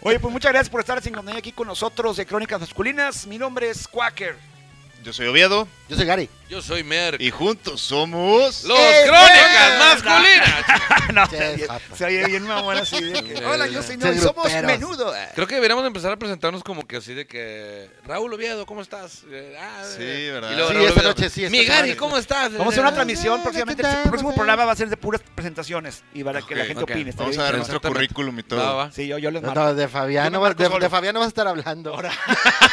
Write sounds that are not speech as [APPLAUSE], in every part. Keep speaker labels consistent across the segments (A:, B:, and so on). A: Oye, pues muchas gracias por estar en sintonía aquí con nosotros de Crónicas Masculinas. Mi nombre es Quaker. [LAUGHS]
B: Yo soy Oviedo
C: Yo soy Gary.
D: Yo soy Merck. [LAUGHS]
B: y juntos somos.
D: Los
A: ¡Eh,
D: Crónicas
A: eh!
D: Masculinas.
A: Ah, no,
C: Sí,
A: se oye-
C: japa.
A: se oye bien mamón así de que,
C: [LAUGHS]
D: Sí,
A: Hola,
D: sí,
A: yo
D: sí.
A: soy
C: Sí,
A: no, somos
C: gruperos.
A: menudo.
D: [LAUGHS] Creo que deberíamos empezar a presentarnos como que así de que Raúl Oviedo, ¿cómo estás? Eh, ah,
B: Sí,
D: eh.
B: ¿verdad?
D: Y luego
C: Sí,
D: Raúl
C: esta
D: Oviedo,
C: noche sí, esta
D: Mi Gary,
C: madre.
D: ¿cómo estás?
A: Vamos a hacer una
D: Eh,
A: transmisión próximamente. El próximo programa va a ser de puras presentaciones y para que la
B: Ok,
A: gente
D: ok.
A: opine. Está
B: Vamos a
A: bien
B: dar
A: interesante.
B: nuestro
D: Exactamente.
B: currículum y
D: Va,
B: todo.
D: va.
A: Sí, yo, yo les
C: No,
A: marco.
C: no, de
A: Yo me
C: Fabián, no, va-
A: marco
C: de,
A: solo.
C: de Fabián no vas a estar hablando. Ahora.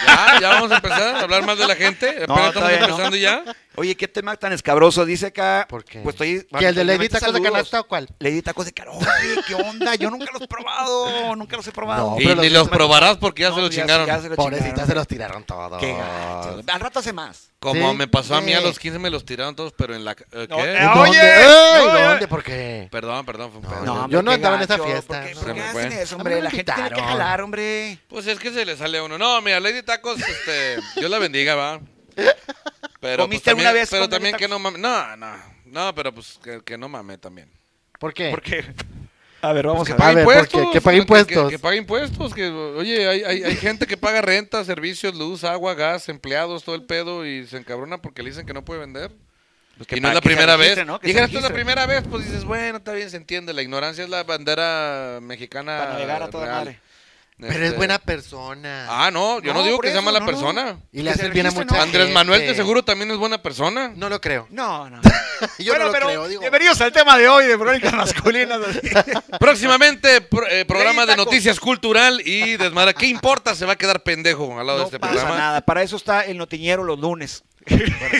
D: Ya, ya vamos a empezar a hablar más de la gente. Apenas estamos
A: todavía no.
D: empezando ya.
A: Oye, qué tema tan escabroso. Dice acá.
C: ¿Por qué?
A: Pues estoy.
C: ¿Y el de Lady
A: obviamente,
C: Tacos de
A: saludos.
C: Canasta o cuál?
A: Lady Tacos de Canasta. Oye, ¿qué onda? Yo nunca los he probado. Nunca los he probado.
C: No,
D: Y
C: pero
D: ni
C: los-
D: los probarás porque ya
A: No,
D: se los chingaron.
A: ya se los
C: Pobrecitas
A: chingaron.
C: se Ah. los tiraron todos.
A: Qué gacho. Al rato hace más.
D: Como
C: Sí,
D: me pasó a mí a
C: sí.
D: los 15 me los tiraron todos, pero en la... ca- eh,
A: No,
D: ¿Qué?
A: eh,
C: ¿Y dónde?
A: Oye,
C: ¡Ey!
A: oye.
C: ¿Dónde? ¿Por qué?
D: Perdón, perdón, fue un
C: No,
D: pedo.
C: yo-
A: hombre,
C: yo no
A: qué
C: andaba en esa
A: gacho.
C: fiesta.
A: ¿Por qué,
C: Se
A: por qué
D: me
A: hacen
D: fue.
A: eso,
C: A
A: hombre?
C: mí me Eh.
A: La gente tiene que
C: invitaron.
A: jalar, hombre.
D: Pues es que se le sale a uno. No, mira, Lady Tacos, este, Dios la bendiga, va. Pero,
A: ¿Comiste
D: pues, también-
A: alguna vez
D: Pero
A: con Lady
D: también que
A: Tacos?
D: no mame. No, no. No, pero pues que, que no mame también.
C: ¿Por qué?
A: ¿Por qué? A ver, vamos
D: Que
C: a
A: ver.
D: pague
C: ver, ¿por qué?
D: impuestos.
C: Que pague
D: no,
C: impuestos.
D: Que, que pague impuestos. Que, oye, hay, hay, hay gente que paga renta, servicios, luz, agua, gas, empleados, todo el pedo y se encabrona porque le dicen que no puede vender. y no
A: pa-
D: es la
A: Pues que se
D: primera vez.
A: registre, ¿no? Que se
D: Dijeras tú es la
A: registre.
D: primera vez, pues dices, bueno, está bien, se entiende. La ignorancia es la bandera mexicana.
A: Para navegar a toda
D: real.
A: madre.
C: Pero
D: Este,
C: es buena persona.
D: Ah, no, yo no,
A: No,
D: digo
A: por
D: que sea
A: eso,
D: mala
A: no, no.
D: persona.
C: y le
A: que se
C: hace bien a
A: registre,
C: mucha
A: ¿no?
D: Andrés
C: gente.
D: Manuel de seguro también es buena persona.
C: No lo creo. [LAUGHS]
A: No, no.
C: Yo
A: Bueno,
C: no lo
A: pero
C: creo, digo.
A: Bienvenidos al tema de hoy de crónicas
C: [LAUGHS]
A: masculinas. así.
D: Próximamente, pro- eh, programa
A: Lady
D: de
A: Tacos.
D: noticias cultural y desmada. ¿Qué importa? Se va a quedar pendejo al lado
A: no
D: de este
A: pasa
D: programa.
A: nada. Para eso está el notiñero los lunes.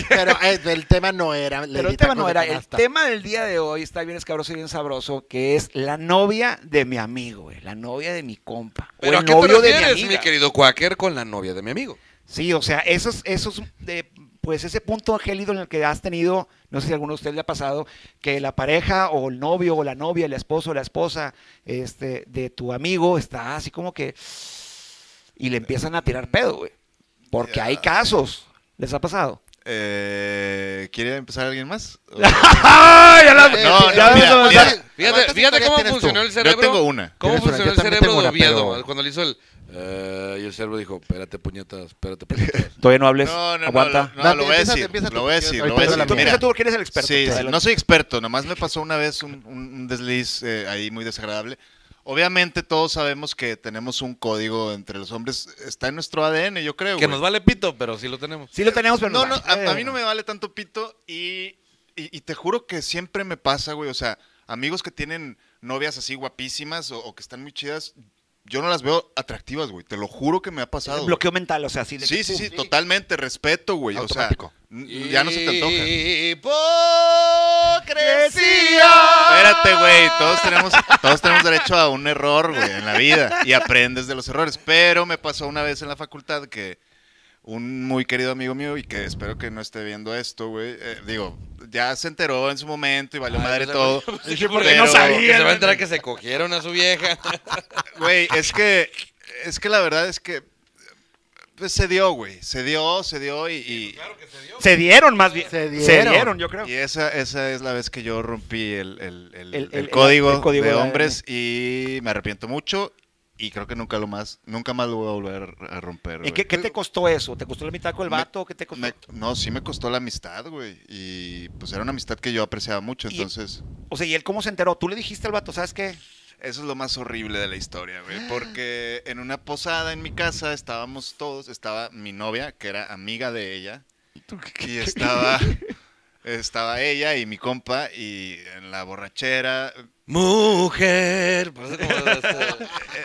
C: Pero eh, el tema no era.
A: Pero el
C: Lady
A: tema
C: Tacos
A: no
C: de
A: era. El
C: Canasta.
A: tema del día de hoy está bien escabroso y bien sabroso, que es la novia de mi amigo, güey, la novia de mi compa.
D: Pero
A: o
D: ¿a
A: el
D: qué te
A: novio de mi
D: refieres, mi,
A: amiga.
D: querido Quaker, con la novia de mi amigo?
A: Sí, o sea, esos, esos, de, pues ese punto gélido en el que has tenido, no sé si a alguno de ustedes le ha pasado, que la pareja o el novio o la novia, el esposo o la esposa este, de tu amigo está así como que... Y le empiezan a tirar pedo, güey. Porque hay casos. ¿Les ha pasado?
B: Eh, ¿Quiere empezar alguien más?
A: ¡Ay! Ya la-
C: Eh,
B: No,
C: sí,
B: no,
A: ya
C: sí,
B: mira,
A: vamos a-
C: sí,
B: mira.
C: sí.
D: Fíjate,
C: ¿Cuántas
D: fíjate
C: historias
D: cómo
C: tienes tú?
D: funcionó el
B: Yo
D: cerebro.
B: tengo una.
D: ¿Cómo
C: Tienes una,
D: funcionó
C: yo
D: el
C: también
D: cerebro
C: tengo
D: de
C: una,
D: Oviedo?
C: pero-
D: Cuando le hizo el. eh, y el cerebro dijo: Espérate, puñetas,
A: [LAUGHS]
D: espérate, puñetas.
A: Todavía no hables.
B: No, no,
A: Aguanta.
B: no,
C: Date,
B: lo voy a
C: empieza-
B: decir,
C: empieza tú,
B: lo voy a
C: yo-
B: decir,
C: ahorita
B: lo voy a
C: yo
B: decir.
C: la
A: tú,
C: mía.
B: Mira,
A: empieza tú porque eres el experto.
B: Sí,
A: Te
B: sí,
A: adelanto.
B: no soy experto, nomás me pasó una vez un, un- un desliz eh, ahí muy desagradable. Obviamente todos sabemos que tenemos un código entre los hombres, está en nuestro ADN, yo creo.
D: que
B: güey.
D: nos vale pito, pero sí lo tenemos.
A: Sí lo tenemos, Eh. pero
B: No, no,
A: nos vale.
B: a, a mí no me vale tanto pito y, y- y te juro que siempre me pasa, güey. O sea, amigos que tienen novias así guapísimas o, o que están muy chidas, yo no las veo atractivas, güey. Te lo juro que me ha pasado. güey.
A: Bloqueo mental, o sea, así de
B: Sí,
A: que,
B: sí,
A: pum.
B: sí, totalmente, respeto, güey. O sea,
C: Automático.
B: n- ya no se te antoja.
D: Hipocresía.
B: Espérate, güey. Todos tenemos, todos tenemos derecho a un error, güey, en la vida. Y aprendes de los errores. Pero me pasó una vez en la facultad que un muy querido amigo mío, y que espero que no esté viendo esto, güey. eh, digo, ya se enteró en su momento y valió
D: Ay,
B: madre
D: no sé,
B: todo.
A: [LAUGHS]
D: Dije,
A: porque
D: pero-
A: no sabía,
D: porque Se va
A: ¿no?
D: a enterar que se cogieron a su vieja. [LAUGHS]
B: Güey, es que, es que la verdad es que. pues, se dio, güey. Se dio, se dio y- y,
A: Se dieron más bien.
C: Se dieron.
A: yo creo.
B: Y esa, esa es la vez que yo rompí el, el-
A: El-
B: el- el
A: el-
B: código,
A: el código
B: de
A: de
B: hombres y me arrepiento mucho y creo que nunca lo más, nunca más lo voy a volver a
A: ¿Y
B: romper. güey.
A: qué, qué te costó eso? ¿Te costó la mitad con el
B: Me-
A: vato? ¿Qué te costó?
B: Me- no, sí me costó la amistad, güey. Y pues era una amistad que yo apreciaba mucho,
A: Y-
B: entonces
A: O sea, ¿y él cómo se enteró? ¿Tú le dijiste al vato, sabes qué?
B: eso es lo más horrible de la historia, güey. Porque en una posada en mi casa estábamos todos, estaba mi novia, que era amiga de ella, y estaba, estaba ella y mi compa, y en la borrachera,
D: Mujer. Por eso como, este,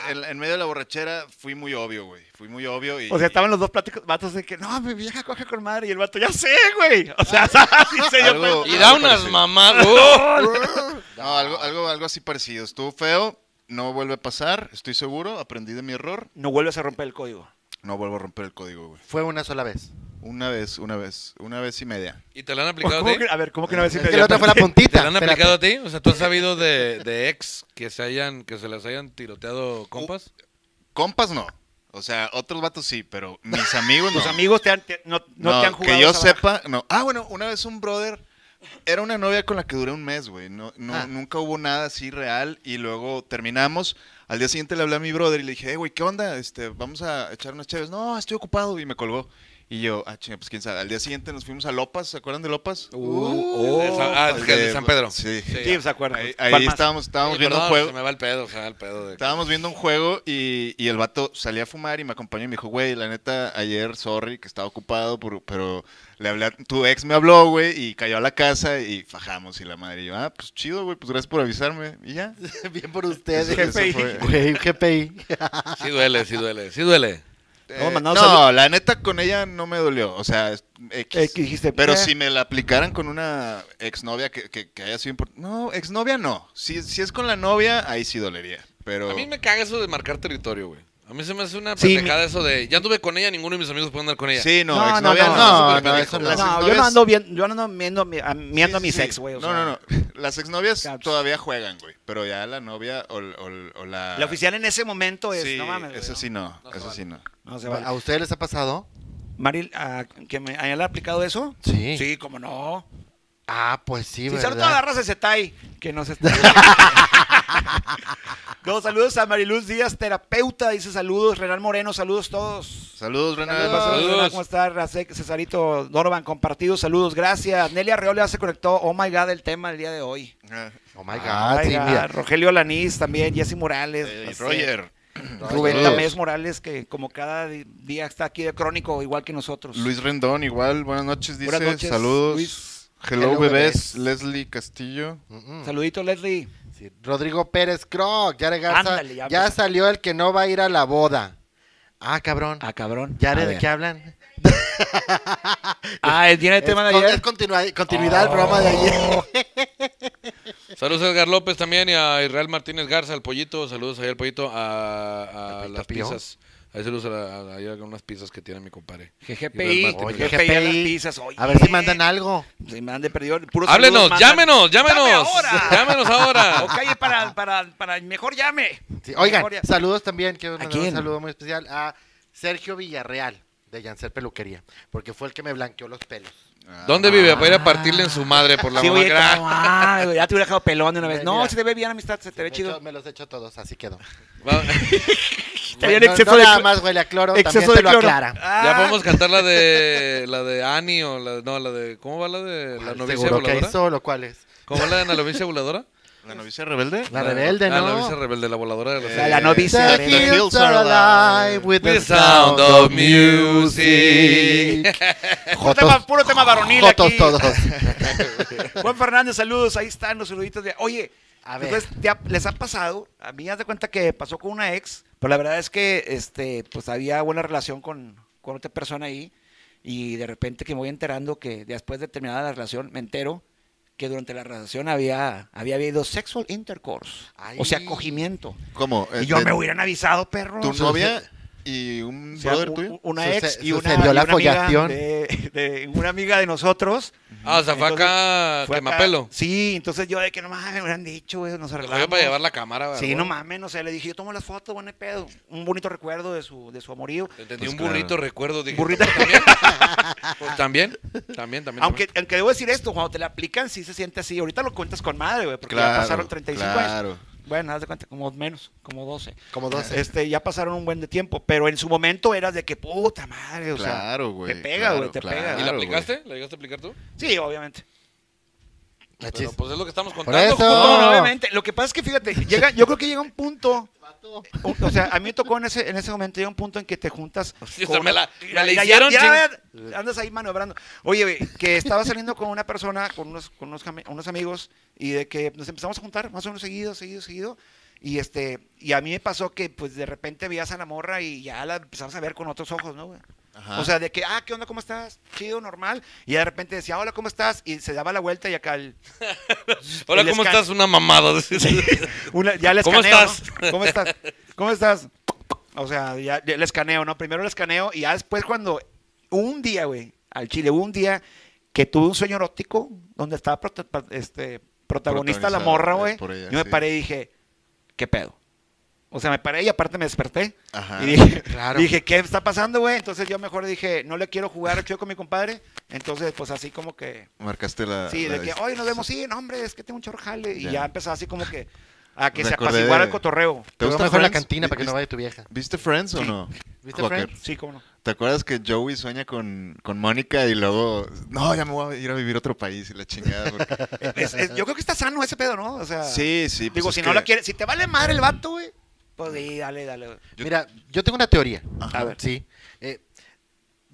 B: En, en medio de la borrachera fui muy obvio, güey. Fui muy obvio y...
A: O sea, estaban los dos pláticos, vatos de que, no, mi vieja coge con madre. Y el vato, ya sé, güey. O sea, [LAUGHS] sí se dio
B: Ah. Algo-
A: cuenta.
D: Y da
B: Algo
D: unas
B: parecido.
D: mamadas.
B: No, algo, algo, algo así parecido. Estuvo feo, no vuelve a pasar, estoy seguro. Aprendí de mi error.
A: No vuelves a romper el código.
B: No vuelvo a romper el código, güey.
C: Fue una sola vez.
B: Una vez, una vez, una vez y media.
D: ¿Y te la han aplicado a
A: ¿Cómo
D: ti?
A: que- a ver, ¿cómo que no
B: Ah,
A: vez
C: Es que la otra fue la puntita.
D: ¿Te la han
C: Espérate.
D: aplicado a ti? O sea, ¿tú has sabido de, de ex que se hayan, que se las hayan tiroteado compas?
B: Compas no. O sea, otros vatos sí, pero mis amigos no.
A: Tus amigos te han, te- no, no te han jugado.
B: Que yo
A: esa baraja.
B: sepa, no. Ah, bueno, una vez un brother. Era una novia con la que duré un mes, güey. No, no-
C: Ah.
B: Nunca hubo nada así real. Y luego terminamos. Al día siguiente le hablé a mi brother y le dije, "Eh, güey, ¿qué onda? Este, vamos a echar unas chaves. No, estoy ocupado. Y me colgó. Y yo, ah, chinga, pues quién sabe. Al día siguiente nos fuimos a Lopas, ¿se acuerdan de Lopas?
A: Uh,
D: de San- ah,
B: Al
D: es que el de San Pedro.
B: Sí.
A: Sí, se acuerda.
B: Ahí,
A: ¿Cuál
B: ahí
A: más?
B: estábamos, estábamos
D: Sí,
B: viendo un
D: perdón,
B: juego.
D: Se me va el pedo, se me va el pedo. de-
B: Estábamos viendo un juego y, y el vato salía a fumar y me acompañó y me dijo, güey, la neta, ayer, sorry, que estaba ocupado, por- pero le hablé a- tu ex me habló, güey, y cayó a la casa y fajamos y la madre. Y yo, ah, pues chido, güey, pues gracias por avisarme. Y ya.
C: [LAUGHS] Bien por
B: Eso-
C: ustedes.
B: eso
A: GPI.
B: fue.
C: [LAUGHS] Güey, GPI.
D: Sí duele, sí duele, sí duele.
A: No,
B: Eh,
A: mandamos
B: no, la neta con ella no me dolió, o sea, es- X.
A: Eh, que dijiste,
B: Pero
A: eh,
B: si me la aplicaran con una exnovia que, que, que haya sido importante. No, exnovia no. Si, si es con la novia, ahí sí dolería. Pero.
D: A mí me caga eso de marcar territorio, güey. A mí se me hace una
A: Sí, mi-
D: pendejada eso de ya anduve con ella, ninguno de mis amigos puede andar con ella.
B: Sí, no,
A: No, no,
B: exnovia
A: no,
B: no.
C: no,
B: súper
C: no,
B: pendejo.
C: eso no.
B: Las
A: No, yo
B: exnovias-
A: no ando bien, yo no ando miendo, mi- a- miendo a
B: Sí,
A: mi
B: sí,
A: sex,
B: sí.
A: güey. o
B: No,
A: sea,
B: no, no. Las exnovias
A: Caps.
B: todavía juegan, güey. Pero ya la novia o, l- o l- o la.
A: La oficial en ese momento es,
B: Sí,
A: no mames. güey,
B: Eso
A: ¿no?
B: sí no.
D: No se
B: eso
D: vale.
B: sí no.
A: No se vale.
C: ¿A ustedes les ha pasado?
A: Maril, ah, ¿que me haya aplicado eso?
C: Sí.
A: Sí, como no.
C: Ah, pues sí,
A: si
C: ¿verdad?
A: solo te agarras ese tai que nos está.
C: [LAUGHS]
A: no, saludos a Mariluz Díaz, terapeuta, dice saludos. Renal Moreno, saludos todos.
B: Saludos, Renal.
A: Pasa,
D: Saludos.
A: Renal, ¿Cómo estás? Race- Cesarito Norman, compartido, saludos, gracias. Nelly Arreola ya se conectó. Oh my god, el tema del día de hoy.
B: Ah,
C: Oh my God.
A: Oh my
C: sí,
A: God,
C: mira.
A: Rogelio Lanís también, Jesse Morales.
B: eh,
A: Race-
B: Roger.
A: Rubén
B: Saludos.
A: Tamés Morales, que como cada di- día está aquí de crónico, igual que nosotros.
B: Luis Rendón, igual. Buenas noches, dice.
A: pues, Buenas noches,
B: Saludos.
A: Luis.
B: Hello,
A: Hello,
B: bebés.
A: bebés.
B: Leslie Castillo.
C: Mm, mm.
A: Saludito, Leslie.
C: Sí, Rodrigo Pérez Croc. Yare Garza.
A: Ándale, ya
C: ya
A: empezó.
C: salió el que no va a ir a la boda. Ah, cabrón.
A: Ah, cabrón.
C: ¿Ya
A: A
C: de
A: ver.
C: qué hablan?
A: Ah, tiene el
C: Es,
A: tema de
C: con-
A: ayer.
C: es continua- continuidad del programa de [LAUGHS] ayer.
D: Saludos a Edgar López también y a Israel Martínez Garza, al pollito. Saludos ahí al pollito, a, a
C: ¿Al pollito
D: las
C: Pío?
D: pizzas. Ahí saludos a, la- a- ahí a unas pizzas que tiene mi compadre.
A: GGPI,
D: Oye,
A: GGPI, a las pizzas, oye.
C: A ver si mandan algo.
A: Si me han de perdido, puros
D: Háblenos,
A: saludos mandan.
D: llámenos, llámenos.
A: ¡Llame
C: [LAUGHS]
A: ahora! [LAUGHS]
D: Llámenos ahora.
A: O calle para, para, para, mejor llame.
C: Sí, oigan,
A: Mejor ya-
C: saludos también. Quiero mandar un
A: quién?
C: saludo muy especial a Sergio Villarreal de Yancer Peluquería, porque fue el que me blanqueó los pelos.
B: Ah,
D: ¿Dónde vive? Para ir a partirle en su madre por la
A: Sí,
D: mamá.
A: oye,
D: Gra-
A: como, ah, güey, ya te hubiera dejado pelón de una vez.
C: Mira,
A: No,
C: mira.
A: se te ve bien, amistad, se te ve
C: Me
A: chido.
C: echo- me los echo todos, así quedó.
D: Va-
A: Te ve en
C: No-
A: exceso
C: no
A: de
C: nada
A: cl-
C: más huele a cloro,
A: exceso
C: también
A: de
C: te lo
A: cloro.
C: aclara.
A: Ah,
D: Ya podemos cantar la de la de Annie o la no, la de ¿cómo va la de la novicia
C: Seguro que
D: voladora?
C: hizo, lo cual es.
D: ¿Cómo va la de la novicia voladora?
B: ¿La novicia rebelde? Eh,
C: La rebelde,
D: Ah,
C: ¿no?
D: la novicia rebelde, la voladora de la
A: Eh, La- la novicia
C: The
A: rebelde.
C: hills are alive with the sound of music.
A: Puro tema, puro tema varonil
C: Jotos
A: aquí.
C: todos.
A: Juan Fernández, saludos. Ahí están los saluditos de. Oye,
C: A ver.
A: entonces, ¿te ha- les ha pasado. A mí, haz de cuenta que pasó con una ex, pero la verdad es que este, pues había buena relación con, con otra persona ahí. Y de repente que me voy enterando que después de terminada la relación, me entero que durante la relación había, había habido sexual intercourse.
C: Ay.
A: O sea, acogimiento.
B: ¿Cómo?
A: Y yo
B: Este,
A: me hubieran avisado, perro.
B: ¿Tu
A: O sea,
B: novia y un
A: o sea,
B: brother
A: u-
B: tuyo?
A: Una
C: Suce-
A: ex y una,
C: sucedió
A: y
C: la
A: una amiga
C: follación.
A: de- de una amiga de nosotros.
D: Ah, o sea, fue
A: Entonces,
D: acá
A: Fue acá.
D: quemapelo.
A: Sí, entonces yo de que no mames, me hubieran dicho, güey, nos
D: Lo
A: arreglamos.
D: voy para llevar la cámara, ¿verdad?
A: Sí, no mames, no sé, le dije, yo tomo las fotos, buen pedo. Un bonito recuerdo de su, de su amorío.
D: Entendí
B: Pues
D: un
B: claro.
D: burrito, recuerdo. Dije,
A: Burrito.
D: ¿también? Pues
B: [LAUGHS]
D: también, también, también.
A: Aunque, aunque debo decir esto, cuando te la aplican, sí se siente así. Ahorita lo cuentas con madre, güey, porque ya pasaron 35 años.
B: claro.
A: Bueno, haz de cuenta, como menos, como 12.
C: Como dos.
A: Este, ya pasaron un buen de tiempo, pero en su momento eras de que puta madre, o sea.
B: Claro, güey.
A: te pega, güey,
B: claro,
A: te
B: claro,
A: pega.
D: también. ¿Y la
B: güey.
D: aplicaste? ¿La llegaste a aplicar tú?
A: Sí, obviamente.
D: Pero, pues es lo que estamos contando.
C: eso.
D: joder.
A: No,
C: No.
A: obviamente. Lo que pasa es que fíjate, llega, yo creo que llega un punto. un- O sea, a mí me tocó en ese, en ese momento, llega un punto en que te juntas.
D: Sí, o
A: con
D: sea, me la-
A: una- ya-
D: me la
A: ya-
D: hicieron
A: ya
D: ching-
A: anda- andas ahí maniobrando. Oye, güey, que estaba saliendo con una persona, con unos, con unos, jame- unos amigos, y de que nos empezamos a juntar más o menos seguido, seguido, seguido. Y este, y a mí me pasó que pues de repente veías a la morra y ya la empezabas a ver con otros ojos, ¿no, güey?
B: Ajá.
A: O sea, de que, ah, ¿qué onda? ¿Cómo estás? Chido, normal. Y de repente decía, hola, ¿cómo estás? Y se daba la vuelta y acá el,
D: [LAUGHS] Hola,
A: el
D: ¿cómo
A: escan-
D: estás? Una mamada.
A: una- ya le
D: ¿Cómo
A: escaneo. ¿no?
D: estás?
A: ¿Cómo estás? ¿Cómo estás? O sea, ya ya le escaneo, ¿no? Primero le escaneo y ya después cuando un día, güey, al Chile, hubo un día que tuve un sueño erótico donde estaba prota- pa- este, protagonista la
B: Protagonizada,
A: morra,
B: eh,
A: güey.
B: por ella,
A: Yo me
B: sí.
A: paré y dije, ¿qué pedo? O sea, me paré y aparte me desperté.
B: Ajá.
A: Y
B: [LAUGHS]
A: dije,
C: Claro.
A: dije, ¿qué está pasando, güey? Entonces yo mejor dije, no le quiero jugar a con mi compadre. Entonces, pues así como que
B: Marcaste la.
A: Sí,
B: Ah, la
A: de que,
B: dis-
A: hoy nos vemos, sí, no, hombre, es que tengo un chorro jale. Y
B: Ya.
A: ya empezaba así como que, a que
B: Me
A: se
B: acordé
A: apaciguara
B: de-
A: el cotorreo.
B: ¿Te gusta
C: mejor la
B: Friends?
C: cantina para que no
B: ¿Viste-
C: vaya tu vieja.
B: ¿Viste Friends o no?
C: ¿Viste
B: Joaquín?
C: Friends?
A: Sí, cómo no.
B: ¿Te acuerdas que Joey sueña con, con Mónica y luego, no, ya me voy a ir a vivir a otro país y la chingada?
A: [LAUGHS]
B: porque-"
A: Es- es- yo creo que está sano ese pedo, ¿no? O sea,
B: sí, sí. pues
A: digo,
B: es
A: si
B: que-
A: no la quieres, si te vale madre el vato, güey, pues sí, dale, dale. güey.
B: Yo-
C: Mira, yo tengo una teoría.
B: Ajá.
A: A ver.
C: Sí. Eh,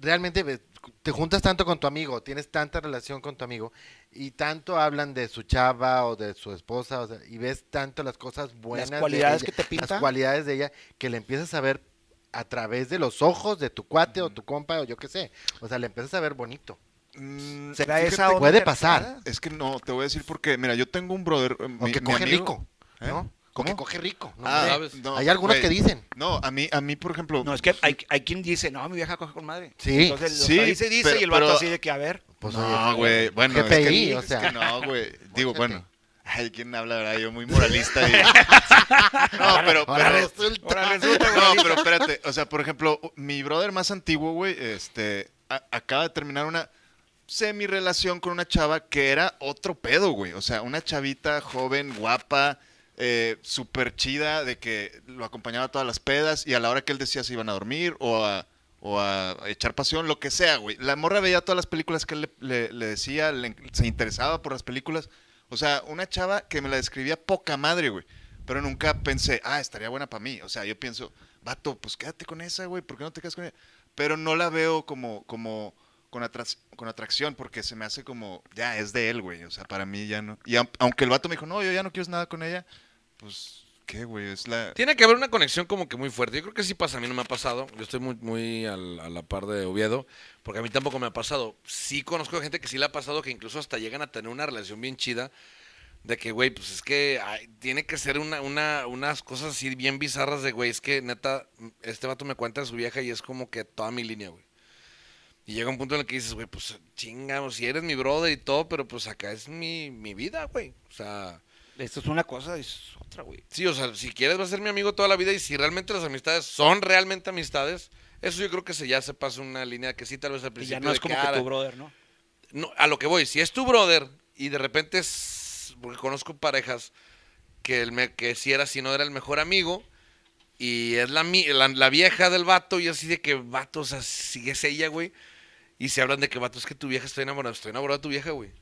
C: realmente ve, te juntas tanto con tu amigo, tienes tanta relación con tu amigo y tanto hablan de su chava o de su esposa o sea, y ves tanto las cosas buenas. de
A: cualidades
C: ella,
A: que te pinta.
C: Las cualidades de ella que le empiezas a ver a través de los ojos de tu cuate o tu compa o yo qué sé. O sea, le empiezas a ver bonito.
B: Mm,
A: ¿Será
B: fíjate
A: esa onda
C: puede
A: tercera?
C: pasar.
B: Es que no, te voy a decir porque, mira, yo tengo un brother. eh,
C: O
B: mi-
C: que
B: mi
C: coge
B: amigo-
C: rico,
B: ¿Eh?
C: ¿no? O que
B: ¿Cómo?
C: coge rico. no,
B: Ah,
C: hombre.
D: ¿sabes?
B: no,
C: Hay algunos
B: güey.
C: que dicen.
B: No, a mí, a mí, por ejemplo.
A: No, es que hay, hay quien dice, no, mi vieja coge con madre.
C: Sí.
A: Entonces,
B: Sí,
A: sí, dice, dice,
B: pero-
A: y el vato
B: pero-
A: así de que, a ver.
C: Pues,
B: no,
C: oye,
B: güey. Bueno, es
C: GPI,
B: que-
C: o
B: es
C: sea.
B: que no,
C: [LAUGHS]
B: güey. Digo,
C: Móchate.
B: bueno. Ay, ¿quién habla, verdad? Yo muy moralista.
C: [LAUGHS]
B: y- No, pero,
C: ahora
B: pero-
C: resulta.
A: Ahora resulta, güey.
B: No, pero espérate. O sea, por ejemplo, mi brother más antiguo, güey, este, a- acaba de terminar una semi-relación con una chava que era otro pedo, güey. O sea, una chavita joven, guapa, eh, súper chida, de que lo acompañaba a todas las pedas y a la hora que él decía se iban a dormir o a, o a echar pasión, lo que sea, güey. La morra veía todas las películas que él le, le- le decía, le- se interesaba por las películas. O sea, una chava que me la describía poca madre, güey. Pero nunca pensé, ah, estaría buena para mí. O sea, yo pienso, vato, pues quédate con esa, güey, ¿por qué no te quedas con ella? Pero no la veo como, como, con, atras- con atracción, porque se me hace como, ya, es de él, güey. O sea, para mí ya no. Y am- aunque el vato me dijo, no, yo ya no quiero nada con ella, pues, ¿qué, güey? Es la.
D: Tiene que haber una conexión como que muy fuerte. Yo creo que sí pasa, a mí no me ha pasado. Yo estoy muy, muy al- a la par de Oviedo, porque a mí tampoco me ha pasado. Sí conozco gente que sí le ha pasado, que incluso hasta llegan a tener una relación bien chida, de que, güey, pues es que ay, tiene que ser una, una, unas cosas así bien bizarras de, güey, es que neta, este vato me cuenta de su vieja y es como que toda mi línea, güey. Y llega un punto en el que dices, güey, pues chingamos, si eres mi brother y todo, pero pues acá es mi, mi vida, güey. O sea...
A: Esto es una cosa, es otra, güey.
D: Sí, o sea, si quieres va a ser mi amigo toda la vida y si realmente las amistades son realmente amistades, eso yo creo que se ya se pasa una línea que sí, tal vez al
A: Y
D: principio.
A: ya no
D: de
A: es como
D: ah,
A: que tu brother, ¿no?
D: no, a lo que voy, si es tu brother y de repente, es- porque conozco parejas que, el me- que si era, si no era el mejor amigo y es la, mi- la, la vieja del vato y así de que vato, o sea, si es ella, güey, y se hablan de que vato, es que tu vieja está enamorada, estoy enamorado de tu vieja, güey.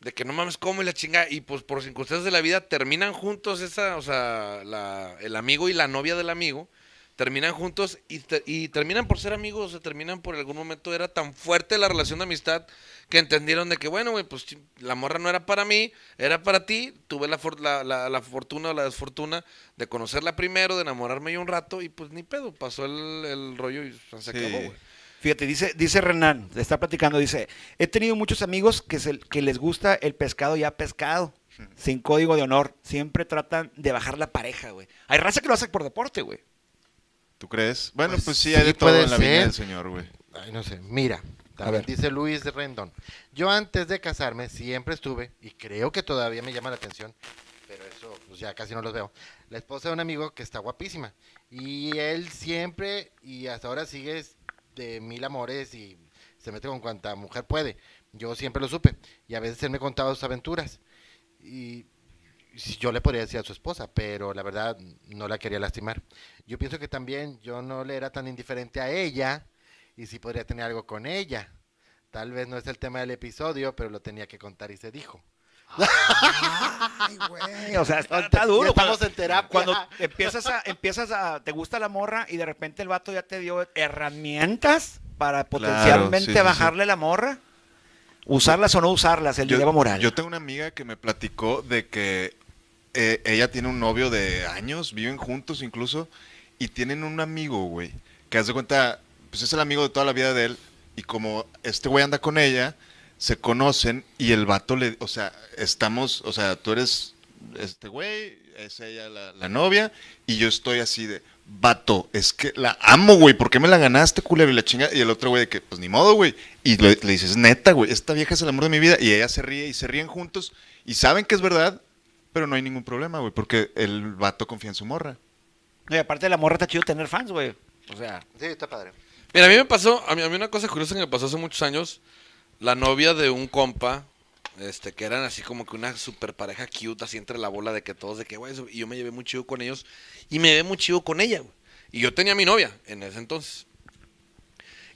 D: De que no mames, cómo y la chinga. Y pues por circunstancias de la vida terminan juntos esa, o sea, la- el amigo y la novia del amigo. Terminan juntos y, te- y terminan por ser amigos, o sea, terminan por algún momento. Era tan fuerte la relación de amistad que entendieron de que, bueno, güey, pues chi- la morra no era para mí, era para ti. Tuve la, for- la, la- la fortuna o la desfortuna de conocerla primero, de enamorarme yo un rato y pues ni pedo, pasó el, el rollo y se
B: Sí.
D: acabó, güey.
A: Fíjate, dice, dice Renan, está platicando, dice, he tenido muchos amigos que, se- que les gusta el pescado ya pescado, sin código de honor. Siempre tratan de bajar la pareja, güey. Hay raza que lo hace por deporte, güey.
B: ¿Tú crees? Bueno,
C: Pues
B: pues, sí, hay
C: sí
B: de todo
C: puede
B: en la viña
C: ser.
B: del señor, güey.
C: Ay, no sé. Mira, también
A: ver.
C: dice Luis Rendón. Yo antes de casarme siempre estuve, y creo que todavía me llama la atención, pero eso pues ya casi no los veo. La esposa de un amigo que está guapísima. Y él siempre, y hasta ahora sigue es de mil amores y se mete con cuanta mujer puede. Yo siempre lo supe. Y a veces él me contaba sus aventuras. Y si yo le podría decir a su esposa, pero la verdad no la quería lastimar. Yo pienso que también yo no le era tan indiferente a ella y sí podría tener algo con ella. Tal vez no es el tema del episodio, pero lo tenía que contar y se dijo.
A: Ay, güey. O sea, está, está duro.
C: Ya estamos
A: cuando-
C: en terapia.
A: Cuando empiezas a, empiezas a, te gusta la morra y de repente el vato ya te dio herramientas para potencialmente
B: sí, sí,
A: bajarle la morra, usarlas o no usarlas, el dilema moral.
B: yo tengo una amiga que me platicó de que eh, ella tiene un novio de años, viven juntos incluso, y tienen un amigo, güey, que hace cuenta, pues es el amigo de toda la vida de él, y como este güey anda con ella, se conocen y el vato le, o sea, estamos, o sea, tú eres este güey, es ella la, la novia, y yo estoy así de, vato, es que la amo, güey, ¿por qué me la ganaste, culero? Y la chinga, y el otro güey de que, pues ni modo, güey, y le, le dices, neta, güey, esta vieja es el amor de mi vida, y ella se ríe y se ríen juntos, y saben que es verdad, pero no hay ningún problema, güey, porque el vato confía en su morra.
A: No, y aparte de la morra está chido tener fans, güey. O sea,
C: Sí, está padre.
D: Mira, a mí me pasó, a mí, a mí una cosa curiosa que me pasó hace muchos años, la novia de un compa Este, que eran así como que una super pareja cute, así entre la bola de que todos de que, güey, eso- y yo me llevé muy chido con ellos y me llevé muy chido con ella, güey. Y yo tenía a mi novia en ese entonces.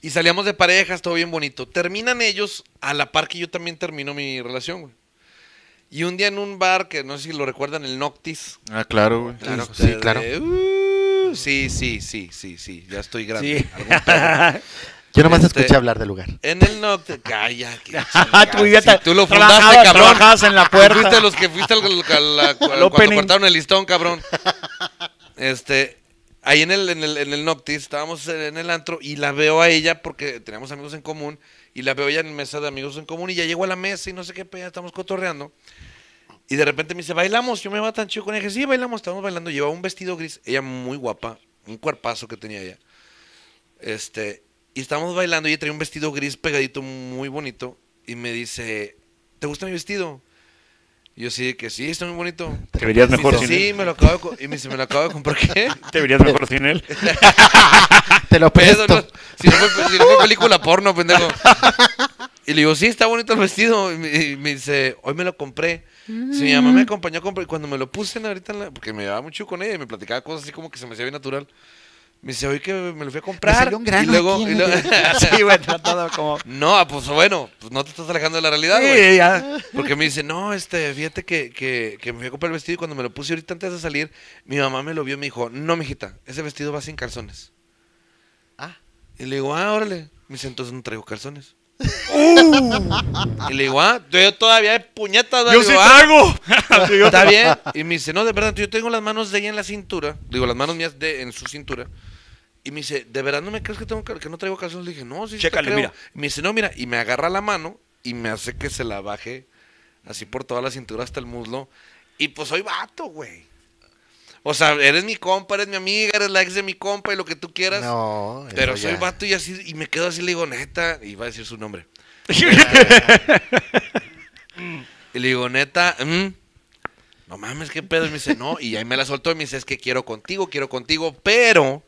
D: Y salíamos de parejas, todo bien bonito. Terminan ellos a la par que yo también termino mi relación, güey. Y un día en un bar, que no sé si lo recuerdan, el Noctis.
B: Ah, claro, güey.
C: Claro,
D: Este,
C: sí, claro.
D: de, "Uh, sí, sí, sí, sí, sí, ya estoy grande.
A: Sí. [LAUGHS]
D: Algún pedo.
C: Yo nomás
D: Este-
C: escuché hablar del lugar.
D: En el norte. Calla, que
A: [LAUGHS] Ah, tú ya
D: chingada.
A: te-
D: Si tú lo
A: trabajabas-
D: fundaste, cabrón.
A: trabajabas en la puerta.
D: Tú fuiste de los que fuiste al,
A: [LAUGHS]
D: al- al- cuando
A: opening.
D: cortaron el listón,
A: [LAUGHS]
D: cabrón. Este, ahí en el, en el, en el Noctis estábamos en el antro y la veo a ella porque teníamos amigos en común y la veo ya en mesa de amigos en común y ya llego a la mesa y no sé qué, pedo, estamos cotorreando. Y de repente me dice, bailamos, yo me va tan chido con ella. Dije, Sí, bailamos, estamos bailando. Llevaba un vestido gris, ella muy guapa, un cuerpazo que tenía ella. Este, y estábamos bailando y ella traía un vestido gris pegadito muy bonito. Y me dice, ¿te gusta mi vestido? Y yo sí, de que sí, está muy bonito.
E: Te verías
D: Me
E: mejor
D: dice,
E: sin
D: sí,
E: él.
D: me lo acabo de co- Y me dice, me lo acabo de comprar. ¿Qué?
E: Te verías mejor sin él.
C: Te lo
D: Pedo,
C: presto.
D: no- si, no fue, si no fue película porno, pendejo. Y le digo, sí, está bonito el vestido. Y me, y me dice, hoy me lo compré. Si mi
A: Mm.
D: mamá me acompañó a comprar. Y cuando me lo puse en ahorita, en la- porque me llevaba mucho con ella y me platicaba cosas así como que se me hacía bien natural. Me dice, hoy que me lo fui a comprar.
A: salió un grano
D: y luego,
A: aquí en
D: y
A: el-
D: luego- [LAUGHS]
A: sí, bueno, todo como...
D: no, ah, pues bueno, pues no te estás alejando de la realidad, güey.
A: Sí, ya.
D: Porque me dice, no, este, fíjate que, que, que me fui a comprar el vestido y cuando me lo puse ahorita antes de salir, mi mamá me lo vio y me dijo, no, mijita, ese vestido va sin calzones.
C: Ah.
D: Y le digo, ah, órale. Me dice, entonces no traigo calzones.
E: [LAUGHS]
D: Y le digo, ah, yo todavía de puñetas, ¿verdad?".
E: ¡Uh! ¡Yo
D: Digo,
E: sí
D: "Ah,
A: [LAUGHS]
E: traigo! [LAUGHS]
D: Está bien. Y me dice, no, de verdad, yo tengo las manos de ella en la cintura. Digo, las manos mías de, en su cintura. Y me dice, ¿de verdad no me crees que, tengo, cal- que no traigo calzones? Le dije, no, sí, sí te
E: Chécale,
D: creo".
E: mira.
D: Y me dice, no, mira. Y me agarra la mano y me hace que se la baje así por toda la cintura hasta el muslo. Y pues soy vato, güey. O sea, eres mi compa, eres mi amiga, eres la ex de mi compa y lo que tú quieras.
C: No,
D: pero
C: eso
D: soy
C: ya.
D: vato y así, y me quedo así, le digo, neta, y va a decir su nombre.
C: [LAUGHS]
D: Y le digo, neta, mm, no mames, qué pedo. Y me dice, no. Y ahí me la soltó y me dice, es que quiero contigo, quiero contigo. Pero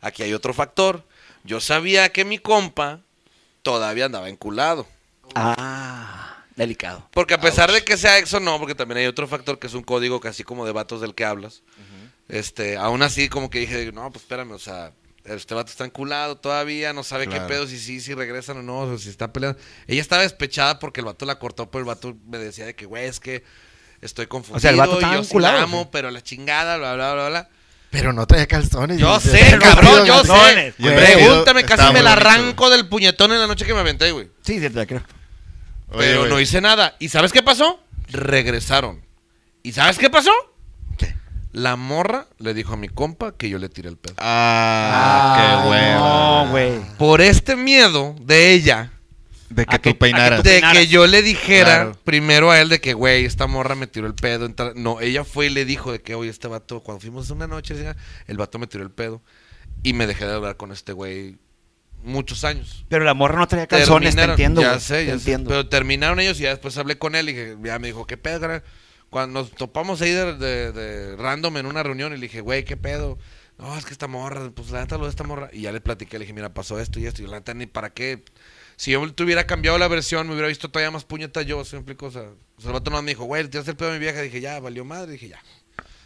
D: aquí hay otro factor. Yo sabía que mi compa todavía andaba enculado.
A: Ah, delicado.
D: Porque a pesar de que sea exo, no, porque también hay otro factor que es un código que así como de vatos del que hablas. Este, aún así como que dije, no, pues espérame, o sea, este vato está enculado todavía, no sabe
B: Claro.
D: qué pedo, si sí, si regresan o no, o si está peleando. Ella estaba despechada porque el vato la cortó, pero el vato me decía de que, güey, es que estoy confundido,
A: sea, el vato estaba
D: y yo sí
A: enculado,
D: la
A: ¿sí?
D: amo, pero la chingada, bla, bla, bla, bla.
C: Pero no traía calzones.
D: Yo
C: dice,
D: sé,
C: "No
D: cabrón,
C: traigo
D: yo sé.
E: calzones".
B: Y el
D: Pregúntame,
B: vestido
D: casi
B: estaba
D: me
B: muy
D: la
B: bonito.
D: arranco del puñetón en la noche que me aventé, güey.
A: Sí, sí, te creo.
B: Oye,
D: Pero
B: güey,
D: no hice nada. ¿Y sabes qué pasó? Regresaron. ¿Y sabes qué pasó? La morra le dijo a mi compa que yo le tiré el pedo.
B: Ah, qué hueva.
A: No, güey.
D: Por este miedo de ella,
B: De que
A: ¿A qué- a qué
B: tú peinaras.
D: de que yo le dijera
B: Claro.
D: primero a él de que, güey, esta morra me tiró el pedo. en tal- No, ella fue y le dijo de que, oye, este vato, cuando fuimos una noche, señora, el vato me tiró el pedo. Y me dejé de hablar con este güey muchos años.
A: Pero la morra no traía calzones, te
D: Terminaron,
A: entiendo.
D: Ya
A: güey,
D: sé,
A: te
D: ya sé.
A: entiendo.
D: Pero terminaron ellos y ya después hablé con él y dije- ya me dijo, ¿qué pedo, carnal? Cuando nos topamos ahí de, de- de random en una reunión y le dije, güey, ¿qué pedo? No, es que esta morra, pues la neta lo de esta morra. Y ya le platiqué, le dije, mira, pasó esto y esto. Y yo, la neta, ni para qué. Si yo te hubiera cambiado la versión, me hubiera visto todavía más puñeta yo, ¿se me explico? O sea, o sea, el vato nomás me dijo, güey, te hace el pedo a mi vieja. Dije, ya, valió madre. Dije, ya.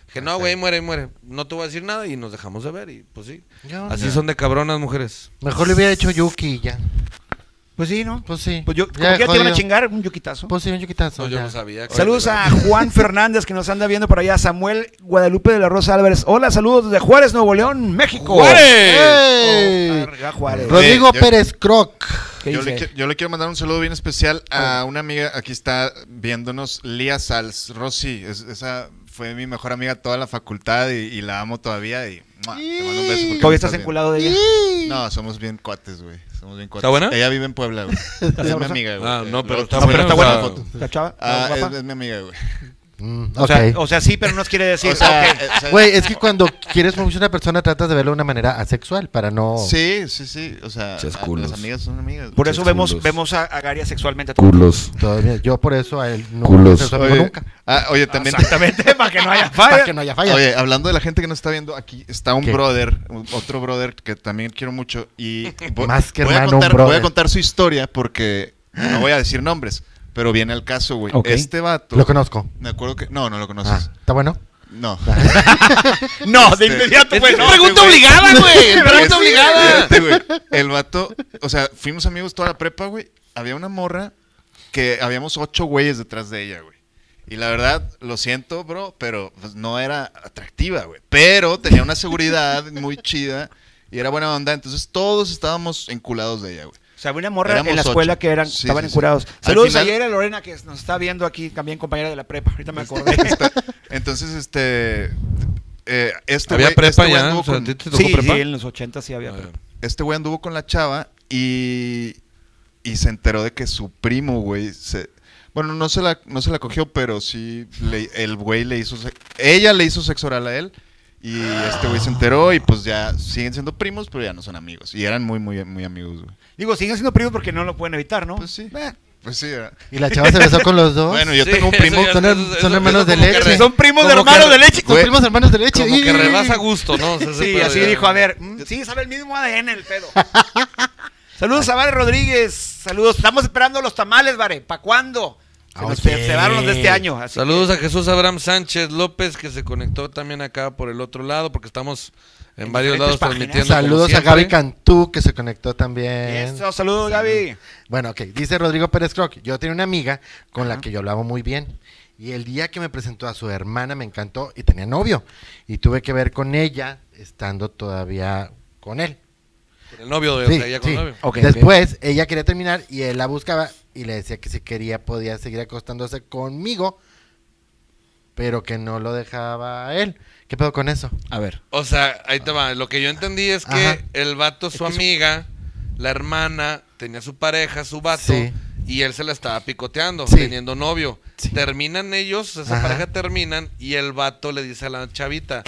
D: Dije, no, güey, muere, muere. No te voy a decir nada y nos dejamos de ver y pues sí.
C: Ya,
D: Así
C: ya.
D: son de cabronas mujeres.
C: Mejor le hubiera hecho Yuki y ya.
A: Pues sí, ¿no?
C: Pues sí.
A: Pues yo,
C: Ya,
A: como que ya te
C: jodido.
A: iban a chingar, un yuquitazo.
C: Pues sí, un yuquitazo.
D: No, yo
C: ya.
D: no sabía. que-
A: Saludos a Juan Fernández que nos anda viendo por allá, Samuel Guadalupe de la Rosa Álvarez. Hola, saludos desde Juárez, Nuevo León, México.
C: ¡Ey!
A: Oh, arga, Juárez.
B: Ro-
C: Rodrigo
B: Eh, yo-
C: Pérez Croc.
A: ¿Qué
B: Yo le,
A: dice?
B: qui- yo le quiero mandar un saludo bien especial
A: Oh.
B: a una amiga, aquí está viéndonos, Lía Sals, Rosy, es- esa fue mi mejor amiga toda la facultad y, y la amo todavía y ¡mua! te mando un beso. porque me
A: Todavía estás
B: bien.
A: enculado de ella.
B: No, somos bien cuates, güey, somos bien cuates.
D: ¿Está buena?
B: Ella vive en
A: [LAUGHS]
B: Puebla, güey. es mi amiga, güey.
D: Ah, no,
B: Eh,
D: pero
B: luego
D: está
B: te
D: buena,
B: mando
D: o sea,
B: la foto.
A: ¿La chava? ¿La
B: Ah,
A: guapa?
B: es, es mi amiga, güey.
C: Mm,
A: o,
C: ok.
A: sea, o sea, sí, pero no nos quiere decir.
B: O sea,
A: ok.
B: eh, o sea,
C: Güey, es que cuando quieres mucho a una persona tratas de verlo de una manera asexual para no...
B: Sí, sí, sí, o sea,
D: Chas
B: a-
D: culos.
B: las amigas son amigas.
A: Por eso vemos,
D: culos.
A: vemos a, a Garia sexualmente.
D: Culos.
C: Todavía, yo por eso a él no
D: Culos.
C: no
B: Oye,
C: nunca.
B: ah, oye, también...
A: Exactamente, para que no haya
C: Para
A: falla.
C: que no haya falla.
B: Oye, hablando de la gente que nos está viendo, aquí está un
C: ¿Qué?
B: brother, un- otro brother que también quiero mucho. Y vo-
C: Más que
B: voy, a
C: hermano, un
B: contar, voy a
C: brother.
B: contar su historia porque no voy a decir nombres. pero viene al caso, güey.
A: Ok.
B: Este vato.
C: Lo conozco.
B: Me acuerdo que. No, no lo
C: Ah,
B: conoces.
C: ¿Está bueno?
B: No.
A: No, de
B: Este-
A: inmediato
D: Es
A: fue no.
D: pregunta
B: güey.
D: obligada, güey. Es
B: Sí,
D: pregunta obligada.
B: fíjate, güey. El vato, o sea, fuimos amigos toda la prepa, güey. Había una morra que habíamos ocho güeyes detrás de ella, güey. Y la verdad, lo siento, bro, pero pues, no era atractiva, güey. Pero tenía una seguridad [LAUGHS] muy chida y era buena onda. Entonces todos estábamos enculados de ella, güey.
A: O sea, había una morra
B: Éramos
A: en la
B: ocho.
A: escuela que eran,
B: Sí,
A: estaban
B: sí, sí.
A: encurados.
B: Al
A: Saludos
B: final-
A: ayer a Lorena que nos está viendo aquí, también compañera de la prepa. Ahorita me acordé.
B: Entonces, este... eh, este
D: Había
B: güey-
D: prepa
B: este güey
D: ya.
B: anduvo
D: O sea,
B: con-
D: ¿a ti te tocó
A: sí,
D: prepa? Ah.
A: sí, en los 80 sí había prepa.
B: este güey anduvo con la chava y, y se enteró de que su primo, güey, se... Bueno, no se la, no se la cogió, pero sí, le- el güey le hizo... se- Ella le hizo sexo oral a él y este güey se enteró y pues ya siguen siendo primos, pero ya no son amigos. Y eran muy, muy, muy amigos, güey.
A: Digo, siguen siendo primos porque no lo pueden evitar, ¿no? Eh,
B: Pues sí. Pues sí. era-
C: ¿Y la chava se besó con los dos?
B: Bueno, yo
D: Sí, [LAUGHS]
B: tengo un
D: eso
B: primo...
D: ya-
C: son her-
D: eso-
C: son
D: eso
C: hermanos de
D: como que
C: leche.
D: re-
A: son primos de
D: como que
A: hermanos
D: re-
A: de leche.
C: Son
B: güey.
C: primos hermanos de leche.
D: Como que
C: ¡Ih!
D: rebasa gusto, ¿no? O sea, ese
A: Sí,
D: pedo
A: así
D: ya-
A: dijo, a ver, mm, sí, sabe el mismo ADN el pedo. [LAUGHS] Saludos a Vare Rodríguez, saludos. Estamos esperando los tamales, Vare, ¿para cuándo? Se nos
C: Oye.
A: se van los de este año. así
D: Saludos
A: que-
D: a Jesús Abraham Sánchez López, que se conectó también acá por el otro lado, porque estamos en,
A: En
D: varios lados
A: diferentes páginas.
D: transmitiendo. como
C: Saludos a
D: siempre.
C: Gaby Cantú, que se conectó también.
A: Eso, saludos, Gaby.
C: Bueno, ok. Dice Rodrigo Pérez Croc. Yo tenía una amiga con la
A: Ajá.
C: que yo hablaba muy bien. Y el día que me presentó a su hermana me encantó y tenía novio. Y tuve que ver con ella estando todavía con él.
D: El novio de
C: Sí,
D: o sea, ella
C: sí.
D: con novio.
A: Ok,
C: Después ella quería terminar y él la buscaba y le decía que si quería podía seguir acostándose conmigo, pero que no lo dejaba a él. ¿Qué pedo con eso?
A: A ver.
D: O sea, ahí te va. Lo que yo entendí es que
C: Ajá.
D: el vato, su amiga, la hermana, tenía su pareja, su vato,
C: Sí.
D: y él se la estaba picoteando,
C: Sí.
D: teniendo novio.
C: Sí.
D: Terminan ellos, esa
C: Ajá.
D: pareja terminan, y el vato le dice a la chavita.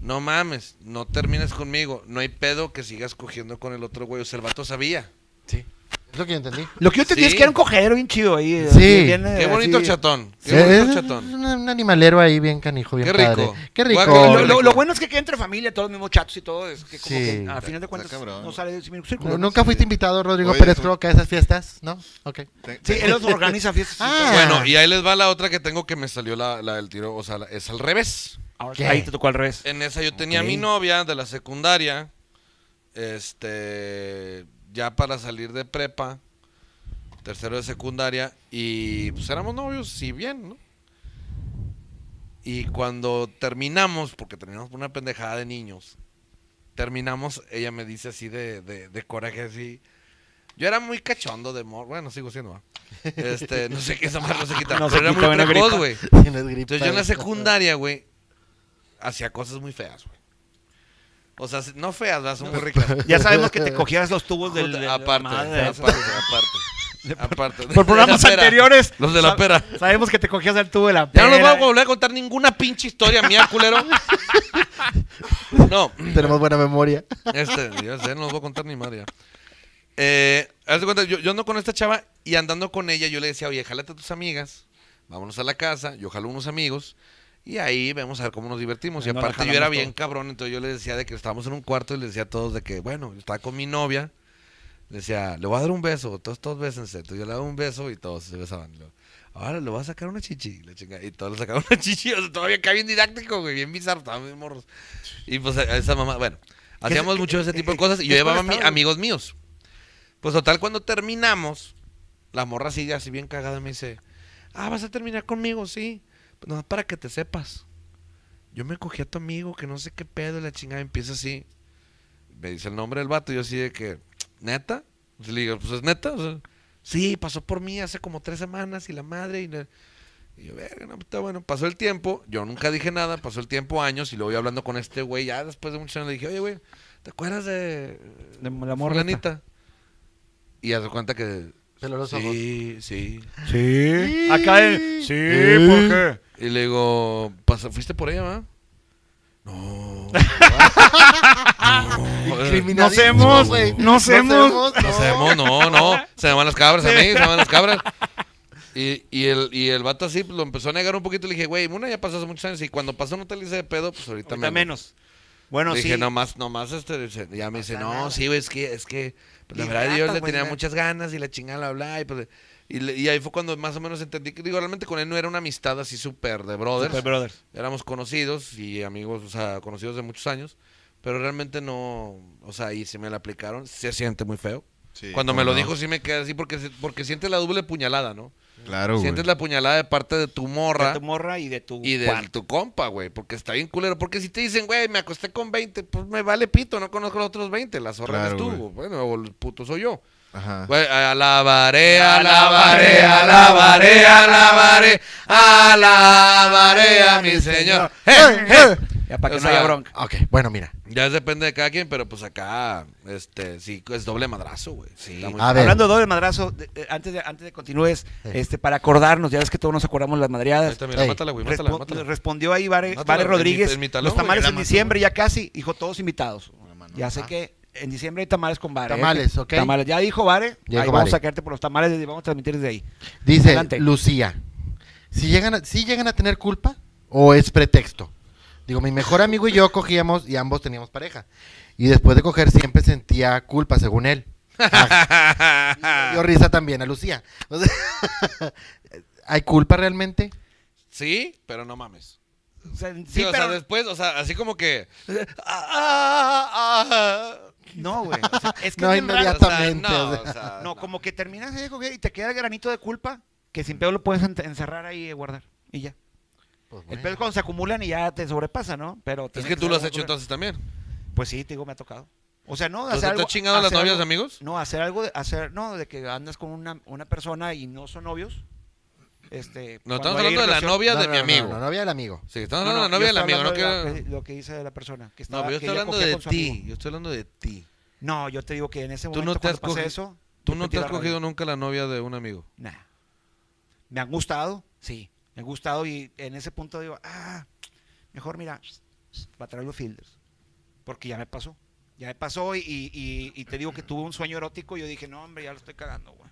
D: No mames, no termines conmigo. No hay pedo que sigas cogiendo con el otro güey. O sea, el vato sabía.
C: Sí. Es lo que yo entendí.
A: Lo que yo entendí
D: Sí.
A: es que era un cogedero bien chido ahí.
C: Sí. ¿Eh?
A: bien, eh,
D: Qué bonito
A: así.
D: el chatón. Qué
C: Es-
D: bonito el
C: es
D: chatón.
C: un, un animalero ahí bien canijo, bien
D: Qué
C: padre.
D: rico.
C: Qué
D: Voy a
C: rico.
D: creer-
A: Lo, lo- lo bueno es que queda entre familia, todos los mismos chatos y todo. Es que como
C: Sí.
A: que a final de cuentas
B: Está cabrón.
A: no sale de ese mismo círculo.
C: No,
A: ¿no?
C: Nunca fuiste invitado, Rodrigo
B: Oye,
C: Pérez
B: tú-
C: Croc, a esas fiestas, ¿no?
D: [LAUGHS]
C: Ok.
B: Te-
A: Sí,
B: te-
A: él los organiza fiestas. y
C: Ah.
A: todo.
D: Bueno, y ahí les va la otra que tengo que me salió la, la del tiro. O sea, la- es al revés.
A: Ahora,
C: ¿Qué?
A: ahí te tocó al revés.
D: En esa yo tenía
C: Ok.
D: a mi novia de la secundaria. Este. Ya para salir de prepa. Tercero de secundaria. Y pues éramos novios, si bien, ¿no? Y cuando terminamos, porque terminamos por una pendejada de niños, terminamos, ella me dice así de, de, de coraje, así. Yo era muy cachondo de mor. Bueno, sigo siendo,
A: [LAUGHS]
D: ¿va? Este, no sé qué esa madre no se quita.
A: No se
D: pero era
A: quita,
D: muy
A: era
D: precoz,
A: gripa.
D: güey.
C: Tienes gripa.
D: Entonces yo en la secundaria, güey, hacía cosas muy feas, güey. O sea, no feas, ¿verdad? son muy ricas.
A: [LAUGHS] Ya sabemos que te cogías los tubos del. del-
D: aparte,
A: madre,
D: aparte,
A: eso.
D: aparte, aparte.
A: Por programas
D: De la pera.
A: anteriores.
D: Los de la
A: sab-
D: pera.
A: Sabemos que te cogías el tubo de la
D: Ya
A: pera. eh,
D: no les voy a volver a contar ninguna pinche historia mía,
A: [LAUGHS]
D: culero. No,
C: Tenemos buena memoria.
D: este, ya sé, no los voy a contar ni madre. ya. Eh, haz de cuenta, yo, yo ando con esta chava y andando con ella, yo le decía, oye, jálate a tus amigas, vámonos a la casa, yo jalo unos amigos y ahí vemos a ver cómo nos divertimos. Y
A: No la
D: aparte yo
A: jalamos
D: era bien
A: todos.
D: cabrón, entonces yo le decía de que estábamos en un cuarto y le decía a todos de que, bueno, yo estaba con mi novia, le decía, le voy a dar un beso, todos, todos bésense. Entonces yo le daba un beso y todos se besaban. Y luego, Ahora le voy a sacar una chichi. la chinga- Y todos le sacaron [LAUGHS] una chichi. O sea, todavía acá bien didáctico, güey, bien bizarro, estaban bien morros. Y pues a- a esa mamá, bueno, hacíamos
A: qué-
D: mucho ese tipo de
A: qué-
D: cosas y
A: qué
D: yo llevaba a
A: escuela
D: mi-
A: estabas, güey?
D: amigos míos. Pues total, cuando terminamos, la morra sigue así bien cagada me dice, ah, vas a terminar conmigo, sí. Pues nada, para que te sepas. Yo me cogí a tu amigo, que no sé qué pedo, y la chingada empieza así. Me dice el nombre del vato, y yo así de que, ¿neta? Y le digo, pues es neta. O sea, sí, pasó por mí hace como tres semanas y la madre. Y, la- y yo, verga, no, pues, está bueno. Pasó el tiempo, yo nunca dije nada, pasó el tiempo, años, y luego yo hablando con este güey, ya después de muchos años le dije, oye, güey, ¿te acuerdas de,
A: De la morra esta.
D: Morganita? Y haz de cuenta que.
C: Peló los ojos.
D: Sí, sí.
A: Sí. Acá en. Sí, ¿por qué?
D: Y le digo, "Pasa- ¿fuiste por ella, va? No.
C: [LAUGHS]
A: Nos hemos- nos hemos-
D: eh, No sabemos, no, no. Se me van las cabras a mí, se me van las cabras. Y, y el, y el vato así pues, lo empezó a negar un poquito. y Le dije, güey, una ya pasó hace muchos años. Y cuando pasó no te le hice de pedo, pues ahorita,
A: Ahorita
D: menos.
A: menos. Bueno,
D: Le
A: sí.
D: Dije, nomás, nomás, este, dice- ya me dice,
A: pasa
D: no,
A: nada.
D: sí, güey, es que, es que, pues, la
A: Y
D: verdad, yo
A: ratas,
D: le
A: güey,
D: tenía
A: la-
D: muchas ganas y la chingada, bla, bla, y pues, y, le- y ahí fue cuando más o menos entendí que, digo, realmente con él no era una amistad así súper de brothers.
A: Super Brothers.
D: Éramos conocidos y amigos, o sea, conocidos de muchos años, pero realmente no, o sea, ahí sí me la aplicaron, se siente muy feo.
B: Sí,
D: cuando me
B: cómo
D: lo
B: no.
D: dijo, sí me quedé así, porque, se- porque sientes la doble puñalada, ¿no?
B: Claro, güey.
D: sientes la puñalada de parte de tu morra.
A: De tu morra y de tu
D: Y de
A: cuarto.
D: tu compa, güey, porque está bien culero. Porque si te dicen, güey, me acosté con 20, pues me vale pito, no conozco los otros 20, la zorra
B: Claro,
D: eres tú,
B: güey. Ah.
D: bueno, o el puto soy yo.
B: Ajá.
D: Güey, alabaré, alabaré, alabaré, alabaré, alabaré a mi señor. ¡Eh, eh!
A: [LAUGHS] Ya para que
D: O
A: no
D: sea,
A: haya bronca.
C: Ok, bueno, mira.
D: Ya depende de cada quien, pero pues acá, este, sí, es doble madrazo, güey. Sí, está muy-
C: A ver.
A: Hablando de doble madrazo, de- de- antes de, antes de continúes, este, para acordarnos, ya ves que todos nos acordamos las
D: Ahí
A: madreadas.
D: está, mira,
C: Ey.
D: mátala, güey, mátala,
A: Respo-
D: mátala.
A: Respondió ahí Vare,
D: Mátala,
A: Vare
D: en mi-
A: Rodríguez.
D: en pues, mi talón,
A: los
D: güey,
A: tamales
B: ya la
A: en
B: mato,
A: diciembre ya casi, dijo todos invitados.
B: La mano.
A: Ya sé
C: Ajá.
A: que en diciembre hay tamales con Vare. ¿eh?
C: Tamales, ok.
A: Tamales. Ya dijo Vare,
C: Ya
A: ahí
C: dijo
A: vamos
C: Vare.
A: a quedarte por los tamales y vamos a transmitir desde ahí.
C: Dice
A: Adelante.
C: Lucía, si llegan, a, ¿sí llegan a tener culpa o es pretexto? Digo, mi mejor amigo y yo cogíamos y ambos teníamos pareja. Y después de coger siempre sentía culpa,
A: [LAUGHS]
C: según él. Y Dio risa también a Lucía. O sea, [LAUGHS] ¿Hay culpa realmente?
D: [LAUGHS] Sí, pero no mames.
A: O sea, sí,
D: Sí, o
A: pero
D: sea, después, o sea, así como que... ah, ah, ah.
A: no,
D: [LAUGHS]
A: güey. o sea, es que
C: No,
A: es bien raro.
C: inmediato. Exactamente,
D: O sea,
C: o sea,
D: sea,
A: No, como que terminas de coger y te queda el granito de culpa que sin pedo lo puedes ent- encerrar ahí y guardar. Y ya.
C: Pues
A: El pedo es cuando se acumulan y ya te sobrepasa, ¿no? Pero
D: Es
A: tiene
D: que tú
A: ser
D: lo has
A: algo
D: hecho
A: con-
D: entonces también.
A: Pues sí, te digo, me ha tocado. O sea, no,
D: Entonces,
A: hacer
D: ¿te
A: algo.
D: has chingado a las
A: hacer
D: novias de
A: algo-
D: amigos?
A: No, hacer algo, de, hacer, no, de que andas con una, una persona y no son novios. Este, cuando
D: No, estamos
A: hay
D: hablando de la
A: relación-
D: novia
C: No,
D: de
C: no,
D: mi
C: no,
D: amigo.
C: No, no, novia del amigo.
D: Sí, estamos hablando de la
A: yo
D: novia del
A: estoy
D: amigo, no
A: hablando de
D: quiero...
A: la- lo que dice de la persona. Que
D: No,
A: estaba,
D: pero yo
A: que
D: estoy
A: ella
D: hablando
A: cogía
D: de
A: con su
D: ti.
A: amigo.
D: Yo estoy hablando de ti.
A: No, yo te digo que en ese
D: Tú no
A: momento
D: te
A: cuando
D: has
A: pasa
D: cogido-
A: eso...
D: Tú
A: yo
D: no
A: perdí
D: te has
A: la rabia.
D: cogido nunca la novia de un amigo.
A: Nah. Me han gustado, sí. Me han gustado y en ese punto digo, ah, mejor mira, para traer los fielders. Porque ya me pasó. Ya me pasó y, y- y- y te digo que tuve un sueño erótico y yo dije, no, hombre, ya la estoy cagando, güey.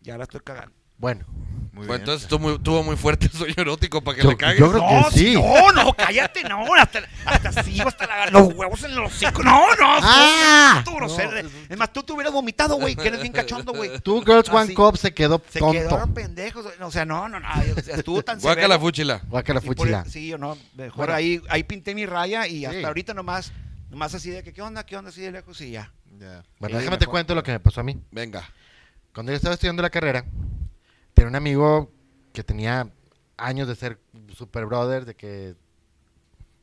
A: Ya la estoy cagando.
C: Bueno,
B: Muy
D: Bueno,
B: bien.
D: entonces tuvo muy, tuvo muy fuerte [LAUGHS] el sueño erótico para que
C: Yo-
D: le cagues.
C: yo creo- que
A: no,
C: sí.
A: no, Oh, no, cállate, no, hasta, hasta sí, hasta la- los huevos en los cinco. No, no,
C: Ah,
A: tú, grosero. Es más, tú te hubieras vomitado, güey, que eres bien cachondo, güey.
C: Two Girls
A: Ah,
C: One
A: sí.
C: Cup se quedó
A: Se
C: tonto.
A: quedaron pendejos. O sea, no, no, no. Estuvo tan
D: Guaca la
A: severo.
D: fúchila.
C: Guácala
A: Sí, por
C: fuchila.
A: el- Sí, yo no. Mejor
C: Bueno.
A: ahí, ahí pinté mi raya y hasta
C: Sí.
A: ahorita nomás, nomás así de que, ¿qué onda? ¿Qué onda? Así de lejos y ya.
D: [LAUGHS]
B: Ya.
C: Bueno,
A: Sí,
C: déjame te
A: mejor.
C: cuento lo que me pasó a mí.
D: Venga.
C: Cuando yo estaba estudiando la carrera, tenía un amigo que tenía años de ser super brother, de que,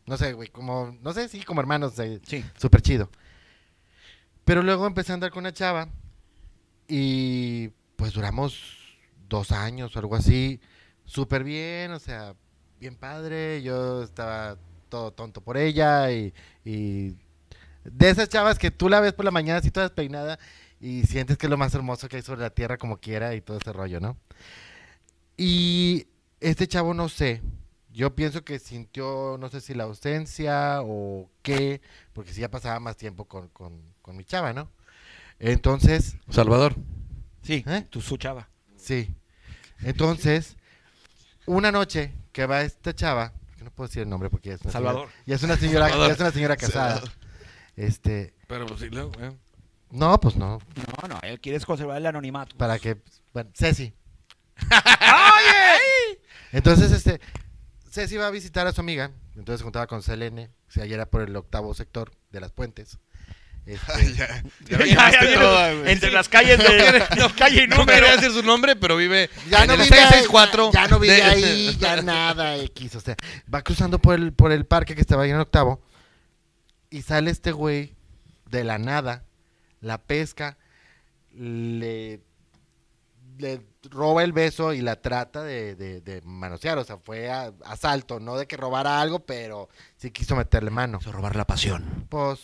C: no sé, güey, como, no sé, sí, como hermanos, de,
A: Sí.
C: super chido. Pero luego empecé a andar con una chava y pues duramos dos años o algo así, súper bien, o sea, bien padre, yo estaba todo tonto por ella y, y de esas chavas que tú la ves por la mañana así toda despeinada y sientes que es lo más hermoso que hay sobre la tierra como quiera y todo ese rollo, ¿no? Y este chavo no sé, yo pienso que sintió, no sé si la ausencia o qué, porque si ya pasaba más tiempo con, con- con mi chava, ¿no? Entonces,
D: Salvador.
A: Sí.
C: ¿Eh?
A: Tu su chava.
C: Sí. Entonces, una noche que va esta chava, que no puedo decir el nombre porque ya es una
A: Salvador.
C: Señora, ya es una señora,
D: Salvador.
C: ya es una señora casada. Este,
D: Pero pues sí, luego, eh.
C: no, pues no,
A: No, no, él quiere conservar el anonimato.
C: para que bueno, Ceci.
A: ¡Oye!
C: [LAUGHS] Entonces, este, Ceci va a visitar a su amiga, entonces se juntaba con Selene, o sea, ya era por el octavo sector de las puentes. Este,
B: ya.
A: [LAUGHS] Ya,
B: la
A: ya,
B: quemaste
A: ya,
B: toda, güey.
A: entre las calles de [LAUGHS] no, calle
C: [LAUGHS]
A: y
D: No quería
A: número.
D: decir su nombre, pero vive
C: ya
D: en
C: no
D: el
C: vive ahí,
D: 664
C: ya no vive
D: de-
C: ahí,
D: [LAUGHS]
C: ya nada X, o sea, va cruzando por el por el parque que estaba ahí en el octavo y sale este güey de la nada, la pesca, le le roba el beso y la trata de, de- de manosear, o sea, fue a- asalto, no de que robara algo, pero sí quiso meterle mano.
A: robar la pasión.
C: Pues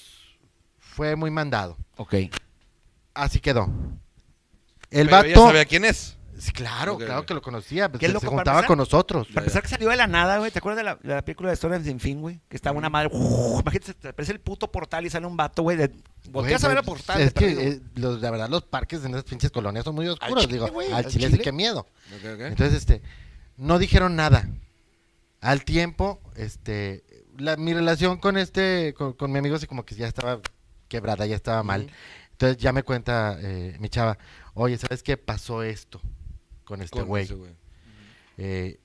C: fue muy mandado.
A: Ok.
C: Así quedó. El
D: Pero ella
C: vato,
D: sabía quién es.
C: sí, claro,
D: Ok,
C: claro
D: ok.
C: que lo conocía, pues,
A: Qué
C: se, se
A: loco, para
C: juntaba
A: empezar.
C: con nosotros.
A: Para empezar que salió de la nada, güey. ¿Te acuerdas de la, de la película de Story Sin Fin, güey? Que estaba una madre. ¡uh! imagínate, se te aparece el puto portal y sale un vato, güey. de- Volteas a
C: Güey,
A: ver el
C: pues,
A: portal.
C: Es
A: de
C: que
A: perdido.
C: eh, los- la verdad los parques en esas pinches colonias son muy oscuros,
A: chile,
C: digo,
A: güey, al
C: al chile, sí
A: chile. ¿Eh?
C: que miedo.
D: Ok, ok.
C: Entonces, este, no dijeron nada. Al tiempo, este, la- mi relación con este, con, con mi amigo, así como que ya estaba quebrada, ya estaba mal. Entonces ya me cuenta eh, mi chava, oye, ¿sabes qué pasó esto con este
D: Con
C: güey?
D: ese güey.
C: Eh,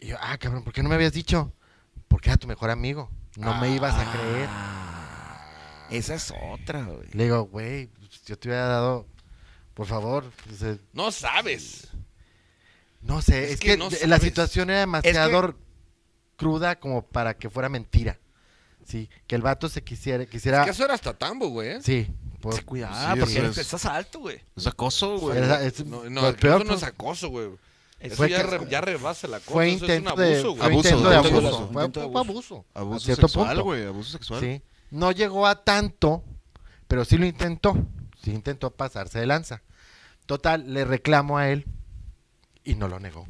C: y yo, ah, cabrón, ¿por qué no me habías dicho? Porque era tu mejor amigo. No me
D: Ah.
C: ibas a creer.
A: Esa es otra, güey.
C: Le digo, güey, pues, yo te hubiera dado, por favor. dice,
D: No sabes.
C: no sé,
D: Es
C: es,
D: que
C: que,
D: no
C: la
D: sabes.
C: situación era demasiado cruda como para que fuera mentira. Sí, que el vato se quisiera, quisiera.
D: Que eso era hasta tambo, güey. ¿eh?
C: Sí, por-
B: Sí,
E: porque
B: eso es-
E: estás alto, güey.
B: Es acoso, güey.
C: era- es-
D: No, no,
C: lo
D: eso
C: peor
D: no
C: fue-
D: es acoso, güey. Eso
C: Fue
D: ya,
C: que-
D: re- ya rebasa el acoso.
C: fue
D: eso es un
C: intento de
D: abuso,
C: fue
D: güey.
B: Abuso,
C: intento de
B: abuso,
C: abuso, fue-
E: intento de
C: fue
E: abuso.
C: abuso. a
B: Abuso
C: cierto
B: sexual,
C: punto.
B: güey. Abuso sexual.
C: Sí. No llegó a tanto, pero sí lo intentó. Sí intentó pasarse de lanza. Total, le reclamo a él y no lo negó.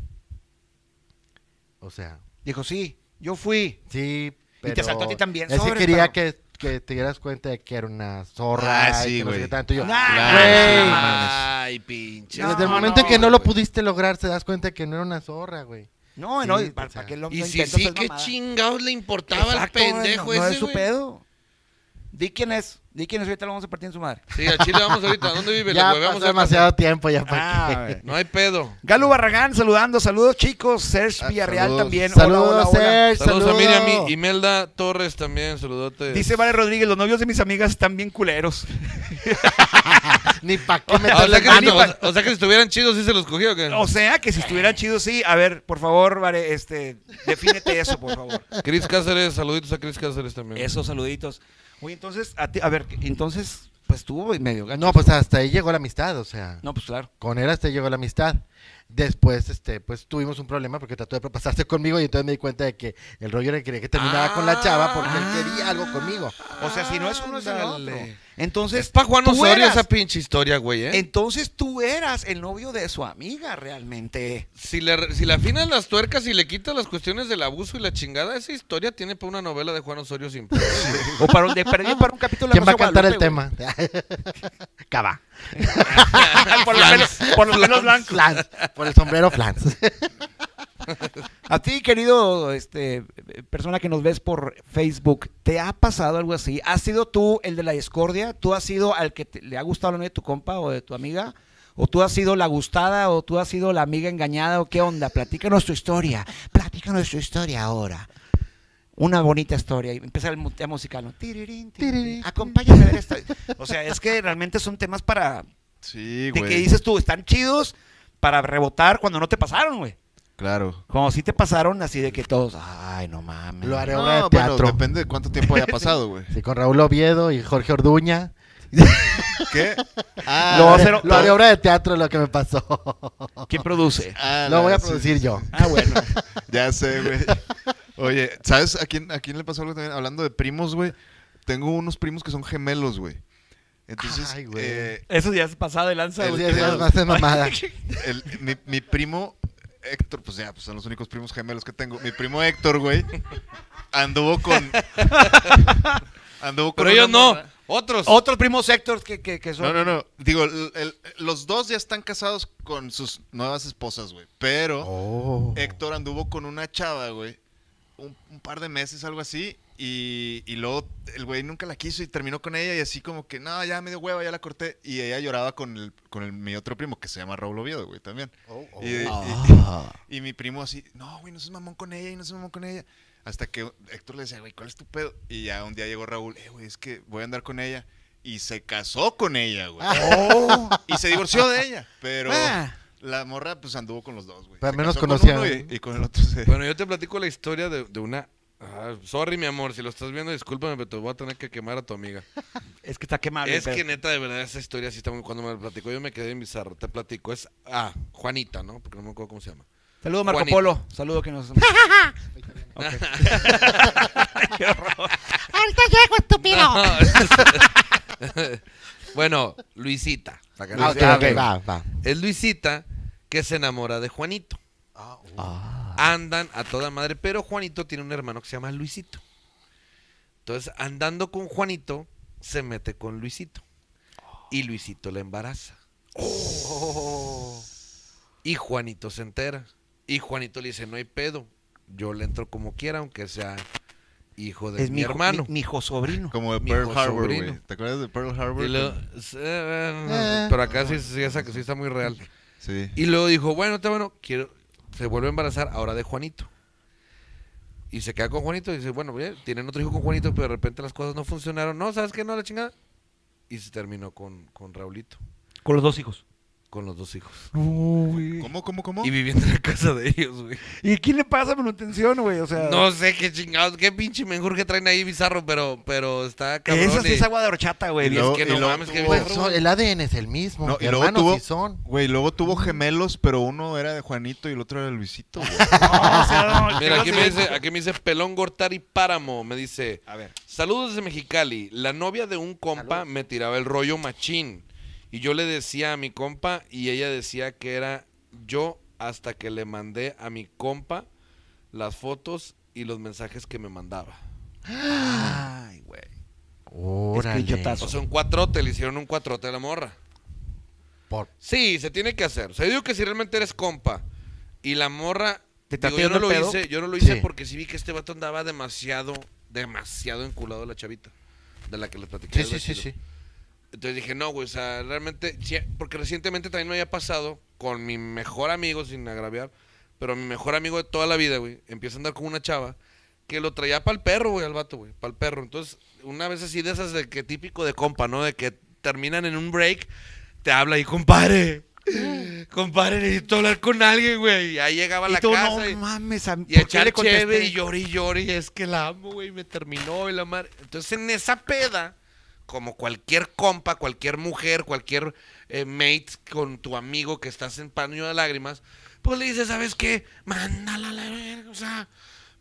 C: O sea,
A: Dijo, sí, yo fui.
C: sí, pero...
A: te saltó a ti también,
C: Es que
A: sobres,
C: quería que, que te dieras cuenta de que era una zorra.
B: Ah,
C: y
B: sí,
C: que no sé
B: güey.
C: qué tanto. Y yo,
A: Nah,
C: güey,
B: no mames.
D: Ay, pinche.
A: No,
C: desde el momento en que no lo pudiste lograr, te das cuenta que no era una zorra, güey.
A: No,
C: Sí,
A: no,
C: o
A: ¿para,
C: sea.
A: para qué lo
D: Y
A: lo
D: si
A: intentas,
D: sí,
A: es
D: qué
A: mamada?
D: chingados le importaba al
A: Exacto, güey, no-
D: pendejo
A: no es
D: ese,
A: su
D: güey.
A: pedo. Di quién es, di quién es, ahorita lo vamos a partir en su madre.
D: Sí, a Chile vamos ahorita. ¿Dónde vive? Le
C: [LAUGHS] ya
D: hueveamos
C: pasó
D: al
C: demasiado tiempo, ya para
A: Ah,
C: qué.
A: güey.
D: café. No hay pedo.
A: Galo Barragán saludando, saludos chicos, Serge
B: Ah,
A: Villarreal
B: saludos.
A: también. Hola, hola,
C: Saludos,
A: hola.
C: Serge,
D: Saludos
C: saludos.
D: a Miriam y Imelda Torres también, saludote.
A: Dice Vale Rodríguez, los novios de mis amigas están bien culeros.
C: Ni pa' qué me
D: [LAUGHS] Ah, o, sea que, si-
A: Ani, pa-
D: o- o sea que si estuvieran chidos, ¿sí se los cogió o qué?
A: O sea que si estuvieran chidos, sí. A ver, por favor, Vare, este, defínete eso, por favor.
D: Cris Cáceres, saluditos a Cris Cáceres
A: [LAUGHS]
D: también.
A: Esos saluditos. Oye, entonces, a, ti- a ver, entonces, pues tú, güey, medio gacho.
C: No, pues hasta ahí llegó la amistad, o sea.
A: No, pues claro.
C: Con él hasta ahí llegó la amistad. Después, este, pues tuvimos un problema porque trató de pasarse conmigo y entonces me di cuenta de que el rollo era que quería que terminaba con la chava porque él quería algo conmigo.
A: O sea, si no es uno, es el otro.
D: Ándale.
A: Entonces,
D: Es pa' Juan
A: tú
D: Osorio
A: eras-
D: esa pinche historia, güey, ¿eh?
A: Entonces tú eras el novio de su amiga realmente.
D: Si le, si le afinas las tuercas y le quitas las cuestiones del abuso y la chingada, esa historia tiene para una novela de Juan Osorio sin pedo.
A: [LAUGHS] O para un, de- perdí para un capítulo de
C: ¿Quién va a
A: Rosa
C: cantar el
A: Guadalupe,
C: tema? [LAUGHS] Cava.
A: güey. por, los pelos, por los pelos blancos.
C: Flans. Por el sombrero Flans.
A: A ti, querido este, eh, persona que nos ves por Facebook, ¿te ha pasado algo así? ¿Has sido tú el de la discordia? ¿Tú has sido al que te- le ha gustado la novia de tu compa o de tu amiga? ¿O tú has sido la gustada? ¿O tú has sido la amiga engañada? ¿O qué onda? Platícanos tu historia. Platícanos tu historia ahora. Una bonita historia. Y empieza el mu- tema musical. ¿no? Tirirín, tirirín. Acompáñame a ver esta. O sea, es que realmente son temas para...
B: Sí,
A: De
B: güey.
A: que dices tú, están chidos para rebotar cuando no te pasaron, güey.
B: Claro.
A: Como si te pasaron así de que todos, ay, no mames.
C: Lo haré obra
B: No,
C: de
B: bueno,
C: teatro.
B: depende de cuánto tiempo haya pasado, güey.
C: Sí, con Raúl Oviedo y Jorge Orduña.
B: ¿Qué? [LAUGHS] Ah,
A: Lo
C: Lo
A: va a
C: haré,
A: hacer-
C: lo haré obra de teatro lo que me pasó.
A: ¿Quién
B: [LAUGHS]
A: produce?
B: ah, la-
C: Lo voy a
B: sí,
C: producir yo.
A: Ah, bueno.
B: [LAUGHS] Ya sé, güey. Oye, ¿sabes a quién, a quién le pasó algo también? Hablando de primos, güey. Tengo unos primos que son gemelos, güey. Entonces,
C: Ay, güey.
B: eh,
A: Eso ya es pasado de lanza,
B: El
A: güey.
B: día de
A: Pero-
C: las más
A: [LAUGHS]
C: de [LAUGHS] mamada.
B: el- mi, mi primo Héctor, pues ya, pues son los únicos primos gemelos que tengo. Mi primo Héctor, güey, anduvo
C: [LAUGHS]
B: con... anduvo con
D: Pero ellos
B: una
D: no,
B: morra.
D: otros.
A: Otros primos sectors que, que, que son.
B: No, no, no. Digo, el- el- los dos ya están casados con sus nuevas esposas, güey. Pero...
C: Oh.
B: Héctor anduvo con una chava, güey, un, un par de meses, algo así, y, y luego el güey nunca la quiso y terminó con ella y así como que, no, ya me dio hueva, ya la corté. Y ella lloraba con, el, con el- mi otro primo, que se llama Raúl Oviedo, güey, también. Y, y- y mi primo así, no, güey, no seas mamón con ella y no seas mamón con ella. Hasta que Héctor le decía, güey, ¿cuál es tu pedo? Y ya un día llegó Raúl, eh, güey, es que voy a andar con ella. Y se casó con ella, güey.
A: Oh.
B: Y se divorció de ella, pero...
A: Ah.
B: La morra pues anduvo con los dos, güey.
C: Pero al
B: Se
C: menos
B: casó con
C: conocía-
B: uno y, y con el otro se...
D: Bueno, yo te platico la historia de, de una... Ah, sorry, mi amor, si lo estás viendo, discúlpame, pero te voy a tener que quemar a tu amiga.
A: Es que está quemado.
D: Es
A: pero-
D: que neta, de verdad, esa historia sí está muy... Cuando me la platicó, yo me quedé en bizarro. Te platico, es... Ah, Juanita, ¿no? Porque no me acuerdo cómo se llama.
A: Saludo Marco
D: Juanito.
A: Polo. Saludo que
D: [LAUGHS]
A: nos. Ok. Qué horror.
D: No. [LAUGHS] bueno, Luisita. para que no
C: Ah,
D: se-
C: ok,
A: Ah,
C: ok,
A: ok.
C: va, va.
D: Es Luisita que se enamora de Juanito.
A: Ah.
D: Andan a toda madre, pero Juanito tiene un hermano que se llama Luisito. Entonces, andando con Juanito, se mete con Luisito. Y Luisito la embaraza.
A: Oh.
D: Y Juanito se entera. Y Juanito le dice, no hay pedo. Yo le entro como quiera, aunque sea hijo de
A: Es
D: mi,
A: mi, hijo-
D: hermano.
A: Mi, mi hijo sobrino.
B: [LAUGHS] Como de
D: Mi
B: Pearl
D: hijo
B: Harbor,
D: sobrino.
B: güey. ¿Te acuerdas de Pearl Harbor?
D: Y luego, eh, pero acá sí, sí, esa que sí está muy real.
B: Sí.
D: Y luego dijo, bueno, está bueno, quiero, se vuelve a embarazar ahora de Juanito. Y se queda con Juanito y dice, bueno, bien, tienen otro hijo con Juanito, pero de repente las cosas no funcionaron. No, ¿sabes qué? No, la chingada. Y se terminó con, con Raulito,
A: Con los dos hijos.
D: con los dos hijos.
B: ¿Cómo, cómo, cómo?
D: Y viviendo en la casa de ellos, güey.
A: ¿Y quién le pasa manutención, güey? O sea,
D: No sé qué chingados, qué pinche menjur que traen ahí bizarro, pero, pero está cabrón.
A: esa sí
D: y-
A: es agua de horchata,
D: y
A: güey.
B: luego-
D: es que
B: y
D: no
B: luego
D: mames, que
B: tuvo-
C: Pues
D: bizarro.
C: son- el ADN es el mismo.
B: No, y luego
C: hermanos
B: tuvo,
C: sí son.
B: güey, luego
D: "Mm".
B: tuvo gemelos, pero uno era de Juanito y el otro era de Luisito, güey.
D: [LAUGHS]
A: No, o sea, no,
D: Mira,
A: no
D: aquí
A: sé.
D: me, dice, aquí me dice Pelón Gortari Páramo, me dice...
B: A ver.
D: Saludos desde Mexicali. La novia de un compa
C: Saludos.
D: me tiraba el rollo machín. Y yo le decía a mi compa y ella decía que era yo hasta que le mandé a mi compa las fotos y los mensajes que me mandaba.
A: Ay, güey.
C: Órale.
A: Escrinchotazo.
D: O sea, un cuatrote, le hicieron un cuatrote a la morra.
C: Por-
D: Sí, se tiene que hacer. O sea, yo digo que si realmente eres compa y la morra...
A: ¿Te está
D: digo, yo no
A: tirando
D: lo
A: el pedo?
D: hice, yo no lo hice
C: Sí.
D: porque sí vi que este vato andaba demasiado, demasiado enculado a la chavita. De la que les platicé.
C: Sí, sí,
D: del
C: sí,
D: vestido.
C: sí.
D: Entonces dije, no, güey, o sea, realmente, sí, porque recientemente también me había pasado con mi mejor amigo, sin agraviar, pero mi mejor amigo de toda la vida, güey, empieza a andar con una chava que lo traía para el perro, güey, al vato, güey, para el perro. Entonces, una vez así de esas de que típico de compa, ¿no? De que terminan en un break, te habla y compadre, compadre, necesito hablar con alguien, güey. Y ahí llegaba a
A: Mm. Y
D: la
A: tú,
D: casa.
A: no
D: y-
A: mames, a-
D: y
A: ¿por qué
D: echar
A: le contesté?
D: cheve y lloré y lloré. y Es que la amo, güey. Me terminó y la madre. Entonces, en esa peda, como cualquier compa, cualquier mujer, cualquier eh, mate con tu amigo que estás en paño de lágrimas, pues le dices, ¿sabes qué? Mándala a la verga. O sea,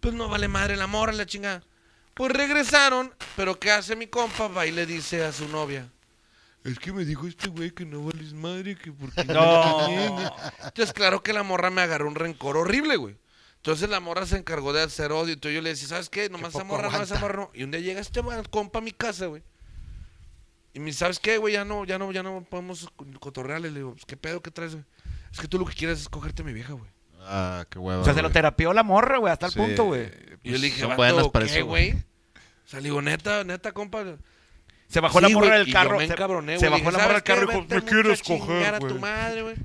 D: pues no vale madre el amor, a la chingada. Pues regresaron, pero ¿qué hace mi compa? Va y le dice a su novia. Es que me dijo este güey que no vales madre, que porque
A: No.
D: entonces, claro que la morra me agarró un rencor horrible, güey. Entonces la morra se encargó de hacer odio. Entonces yo le decía, ¿sabes qué? Nomás esa
C: poco
D: morra, no,
C: aguanta.
D: esa morra no. Y un día llega este va- compa a mi casa, güey. Y me dice, ¿sabes qué, güey? Ya no, ya no, ya no podemos cotorrearle. Le digo, "Pues, ¿qué pedo que traes, güey? Es que tú lo que quieres es cogerte a mi vieja, güey.
B: Ah, qué hueva.
A: O sea, se lo
B: güey.
A: terapió la morra, güey, hasta el
B: Sí, Pues,
A: punto, güey.
D: Y yo le dije,
B: son
D: vato,
B: buenas para
D: ¿qué,
B: eso,
D: güey? O sea, le digo, neta, neta, compa.
A: Se bajó la
D: Sí,
A: morra
D: güey,
A: del
D: y
A: carro.
D: Yo me
A: se-
D: encabroné,
A: se
D: güey.
A: bajó
D: Dije,
A: la morra del
D: "¿Sabes qué?
A: carro y dijo,
D: Vete
A: me
D: mucho
A: quieres
D: a chingar
A: coger,
D: a tu
A: güey.
D: madre, güey.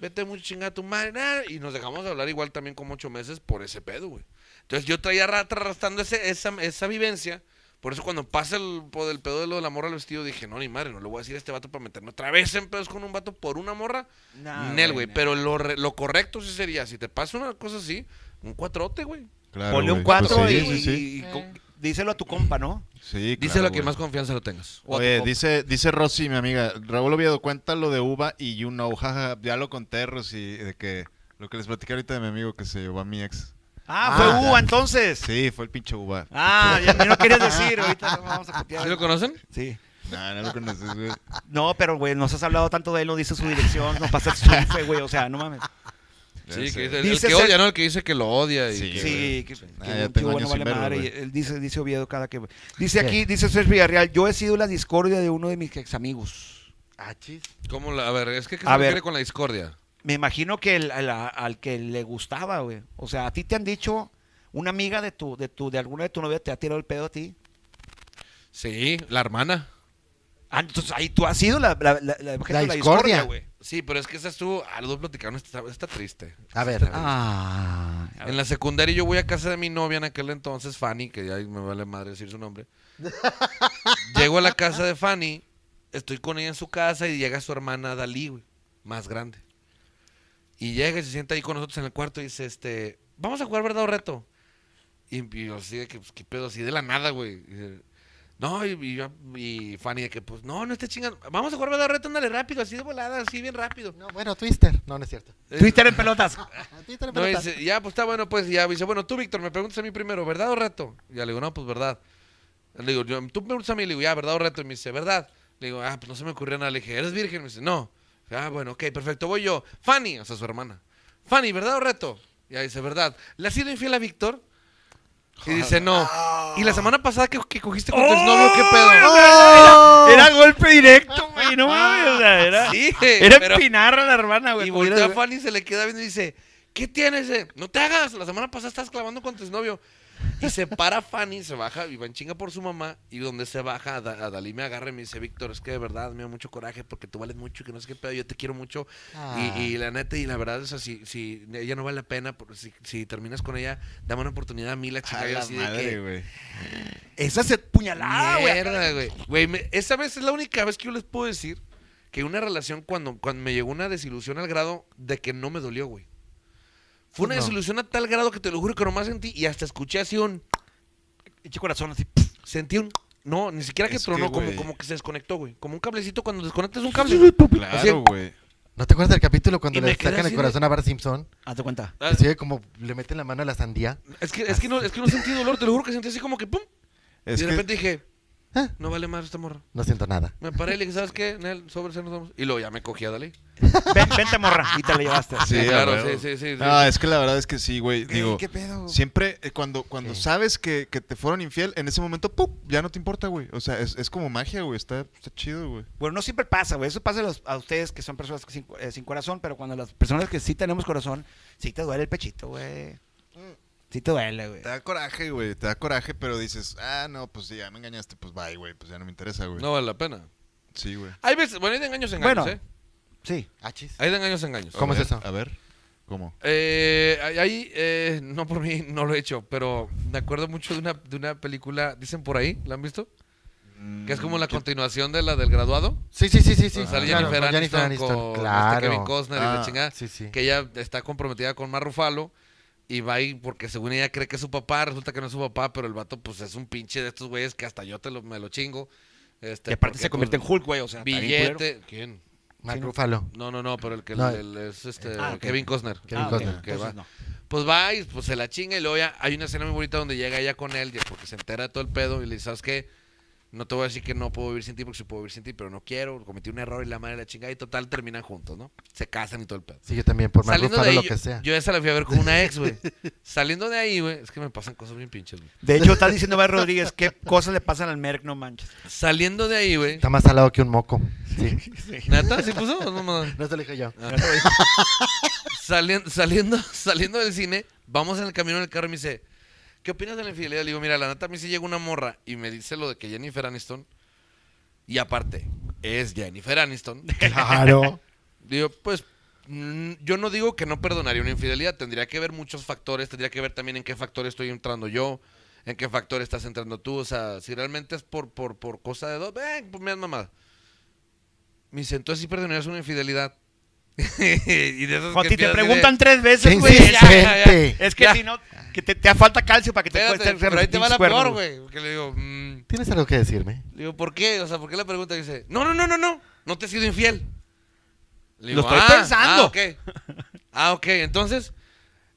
D: Vete mucho a chingar a tu madre. nah". Y nos dejamos de hablar igual también como ocho meses por ese pedo, güey. Entonces yo traía ra- tra- arrastrando ese, esa, esa vivencia. Por eso cuando pasa el, po- del pedo de lo de la morra al vestido, dije, no, ni madre, no le voy a decir a este vato para meterme otra vez en pedos con un vato por una morra.
B: Ah,
A: Nah,
D: Nel, güey.
A: nah.
D: Pero lo, re- lo correcto sí sería, si te pasa una cosa así, un cuatrote, güey.
B: Claro,
A: Ponle un
B: güey.
A: 4
B: Pues sí,
A: y,
B: sí, sí.
A: y co- díselo a tu compa, ¿no?
B: Sí,
D: Díselo
B: claro,
D: a quien
B: güey.
D: más confianza lo tengas. O a tu
B: Oye,
D: compa.
B: dice, dice Rosy, mi amiga, Raúl Oviedo, cuenta lo de Uva y You Know, [LAUGHS] jaja, ya lo conté, Rosy, de que lo que les platicé ahorita de mi amigo que se llevó a mi ex.
A: Ah,
C: Ah,
A: fue
B: ya.
A: Uva entonces.
B: Sí, fue el pinche Uva.
A: Ah, ya me lo querías decir, ahorita no vamos a
D: ¿Sí lo
A: copiar.
D: conocen?
A: Sí.
B: [LAUGHS] No, no lo conoces, güey.
A: No, pero güey, nos has hablado tanto de él, no dice su dirección, no pasa su jefe, güey, o sea, no mames.
B: Ya
D: Sí,
B: sé.
D: que dice- el,
A: Dice
D: que
A: ser-
D: odia, ¿no? El que dice que lo odia. Y
B: Sí,
D: que-
A: Sí, que, que,
B: Ah,
A: que
B: ya tengo
A: bueno
B: años
A: vale
B: sin verlo,
A: madre. y
B: güey.
A: él dice, dice Oviedo cada que. Dice
C: ¿Qué?
A: aquí, dice Sergio Villarreal, yo he sido la discordia de uno de mis ex amigos.
C: Ah, chis.
D: ¿Cómo la- a ver, es que ¿qué se
A: A ver.
D: refiere con la discordia?
A: Me imagino que el- al, al que le gustaba, güey. O sea, a ti te han dicho, una amiga de tu, de tu, de alguna de tu novia te ha tirado el pedo a ti.
D: Sí, la hermana.
A: Ah, entonces ahí tú has sido la, la, la, la, objeto de la
C: discordia.
A: güey.
D: Sí, pero es que esa estuvo. Ah, los dos platicaron, está, está triste.
C: A ver.
A: Ah, a ver.
D: En la secundaria yo voy a casa de mi novia en aquel entonces, Fanny, que ya me vale madre decir su nombre. Llego a la casa de Fanny, estoy con ella en su casa y llega su hermana Dalí, güey, más grande. Y llega y se sienta ahí con nosotros en el cuarto y dice, este, vamos a jugar verdad o reto. Y, y yo así de que, pues, qué pedo, así de la nada, güey. Y dice, No, y, y yo- y Fanny de que, pues, no, no esté chingando. Vamos a jugar verdad o reto, ándale rápido, así de volada, así bien rápido.
C: No, bueno, Twister. No, no es cierto.
A: Twitter en pelotas.
C: [LAUGHS] Ah, Twister,
D: No,
C: pero está-
D: dice, ya, pues está bueno, pues y ya. Dice, bueno, tú, Víctor, me preguntas a mí primero, ¿verdad o reto? Y ya le digo, no, pues verdad. Le digo, yo, tú me preguntas a mí, le digo, ya, ¿verdad o reto? Y me dice, ¿verdad? Le digo, ah, pues no se me ocurrió nada. Le dije, ¿eres virgen? Me dice, no. Ah, bueno, ok, perfecto, voy yo. Fanny, o sea, su hermana. Fanny, ¿verdad o reto? Y ya dice, ¿verdad? ¿Le has sido infiel a Víctor? Y dice, no. Y la semana pasada que, que cogiste con tu exnovio, ¿qué pedo?
A: Era, era golpe directo, güey. No mames, o sea, era.
D: Ah. Sí,
A: Era
D: pero-
A: empinar a la
D: [LAUGHS]
A: hermana, güey.
D: Y
A: porque
D: voltea a
A: era-
D: Fanny y se le queda viendo y dice, ¿qué tienes? eh? No te hagas, la semana pasada estás clavando con tu novio. Y se para Fanny, se baja y va en chinga por su mamá. Y donde se baja, a, Da- a Dalí me agarra y me dice, Víctor, es que de verdad me da mucho coraje porque tú vales mucho y que no sé qué pedo, yo te quiero mucho.
C: Ah.
B: Ah.
D: Y, y la neta, y la verdad, o sea, si, si ella no vale la pena, por- si, si terminas con ella, dame una oportunidad a mí, la chica.
B: A
D: yo
B: la
D: así de que,
B: madre, güey.
A: Esa se puñalada, güey.
D: Mierda, güey. Güey, me- esa vez es la única vez que yo les puedo decir que una relación cuando, cuando me llegó una desilusión al grado de que no me dolió, güey. Fue una
A: No.
D: desilusión a tal grado que te lo juro que nomás sentí y hasta escuché así un...
A: Eche corazón así.
D: Sentí un... No, ni siquiera que
B: Es que,
D: tronó, como,
B: güey.
D: como que se desconectó, güey. Como un cablecito cuando desconectas un cable. Así-
B: Claro, güey.
C: ¿No te acuerdas del capítulo cuando
D: Y me
C: le
D: quedé
C: sacan
D: así
C: el
D: de-
C: corazón a Bart Simpson?
A: Hazte cuenta.
D: Ah,
C: Que sigue como le meten la mano a la sandía.
D: Es que, es, que no, es que no sentí dolor, te lo juro que sentí así como que pum.
B: Es
D: y de
B: que-
D: repente dije,
C: Ah,
D: no vale más esta morra.
C: no siento nada.
D: Me paré y le dije, ¿sabes qué? Nel, sobre se nos vamos. Y luego ya me cogí a Dalí.
A: Ven, vente, morra. Y te la llevaste.
B: Sí,
D: Sí, claro,
B: a huevo.
D: sí, sí, sí, sí.
B: No, es que la verdad es que sí, güey.
A: Güey,
B: Digo,
A: ¿Qué pedo?
B: siempre eh, cuando, cuando sabes que, que te fueron infiel, en ese momento, ¡pum! Ya no te importa, güey. O sea, es, es como magia, güey. Está, está chido, güey.
A: Bueno, no siempre pasa, güey. Eso pasa a, los- a ustedes que son personas sin, eh, sin corazón, pero cuando las personas que sí tenemos corazón, sí te duele el pechito, güey. Sí te duele, güey.
B: Te da coraje, güey. Te da coraje, pero dices, ah, no, pues sí, ya me engañaste, pues bye, güey. Pues ya no me interesa, güey.
D: No vale la pena.
B: Sí, güey.
D: Hay veces, bueno, hay de engaños a engaños,
A: Bueno.
D: ¿eh?
A: Sí.
D: Ah,
C: Achis.
D: Hay de engaños a engaños.
B: A
C: ¿Cómo es
B: ver,
C: eso?
B: A ver, ¿cómo?
D: Eh, hay- hay, eh, no por mí, no lo he hecho, pero me acuerdo mucho de una, de una película, dicen por ahí, ¿la han visto? Que es como la continuación de la del graduado.
C: Sí, sí, sí, sí. Mm, sí.
D: Donde sale
C: Claro,
D: Jennifer
C: con
D: Aniston con este
C: claro.
D: Kevin Costner y la
B: Ah,
D: chingada.
C: sí, sí.
D: Que ella está comprometida con Mar Rufalo y va ahí porque según ella cree que es su papá, resulta que no es su papá, pero el vato pues es un pinche de estos güeyes que hasta yo te lo, me lo chingo. Este,
A: Y aparte
D: porque,
A: se convierte en
D: pues,
A: Hulk, güey. O sea, está bien culero.
D: billete. ¿Quién?
C: Mark
A: Sí, no.
C: Ruffalo.
D: No, no, no, pero el que
C: No,
D: el- el- es este
A: ah, ok.
D: Kevin Costner.
C: Kevin
A: Ah, ok.
C: Costner.
D: Que
A: Entonces,
D: va.
A: no.
D: Pues va y pues se la chinga y luego ya hay una escena muy bonita donde llega ella con él porque se entera de todo el pedo y le dice, ¿sabes qué? No te voy a decir que no puedo vivir sin ti porque sí puedo vivir sin ti, pero no quiero, cometí un error y la madre la chingada y total terminan juntos, ¿no? Se casan y todo el pedo.
C: Sí, yo también, por Mark
D: Saliendo de
C: Ruffalo,
D: ahí,
C: lo
D: yo-
C: que sea.
D: yo esa la fui a ver con una
C: [LAUGHS]
D: ex, güey. Saliendo de ahí, güey, es que me pasan cosas bien pinches, güey.
A: De hecho, estás diciendo, Bar Rodríguez, qué cosas le pasan al Merck, no manches.
D: Saliendo de ahí, güey.
C: Está más salado que un moco. Sí.
D: [LAUGHS] ¿Nata? ¿Sí puso? o No, mamá?
C: No se lo dije yo.
D: Salien- saliendo, [LAUGHS] saliendo del cine, vamos en el camino del carro y me dice, ¿qué opinas de la infidelidad? Le digo, mira, la neta a mí sí llega una morra y me dice lo de que Jennifer Aniston, y aparte, es Jennifer
A: [LAUGHS]
D: Aniston.
C: Claro.
D: Digo, pues, mm, yo no digo que no perdonaría una infidelidad, tendría que ver muchos factores, tendría que ver también en qué factor estoy entrando yo, en qué factor estás entrando tú, o sea, si realmente es por, por, por cosa de dos, ven, pues me das mamada. Me dice, entonces sí perdonarías una infidelidad. [LAUGHS] y de esas que
A: Joti, te
D: empiezas así de-
A: preguntan tres
C: Qué
A: veces, güey.
D: sí.
C: insistente.
A: [LAUGHS] Es que
D: Ya.
A: si no, que te, te da falta calcio para que te
D: Espérate,
A: puedas hacer
D: pero ahí te va la
A: pinches cuernos,
D: peor, güey. Porque le digo, mm,
C: ¿Tienes algo que decirme?
D: le digo, ¿por qué? O sea, ¿por qué la pregunta? Y dice, no, no, no, no, no, no te he sido infiel. Le
A: Lo estoy pensando.
D: Ah, ok. [LAUGHS] Ah, ok. Entonces,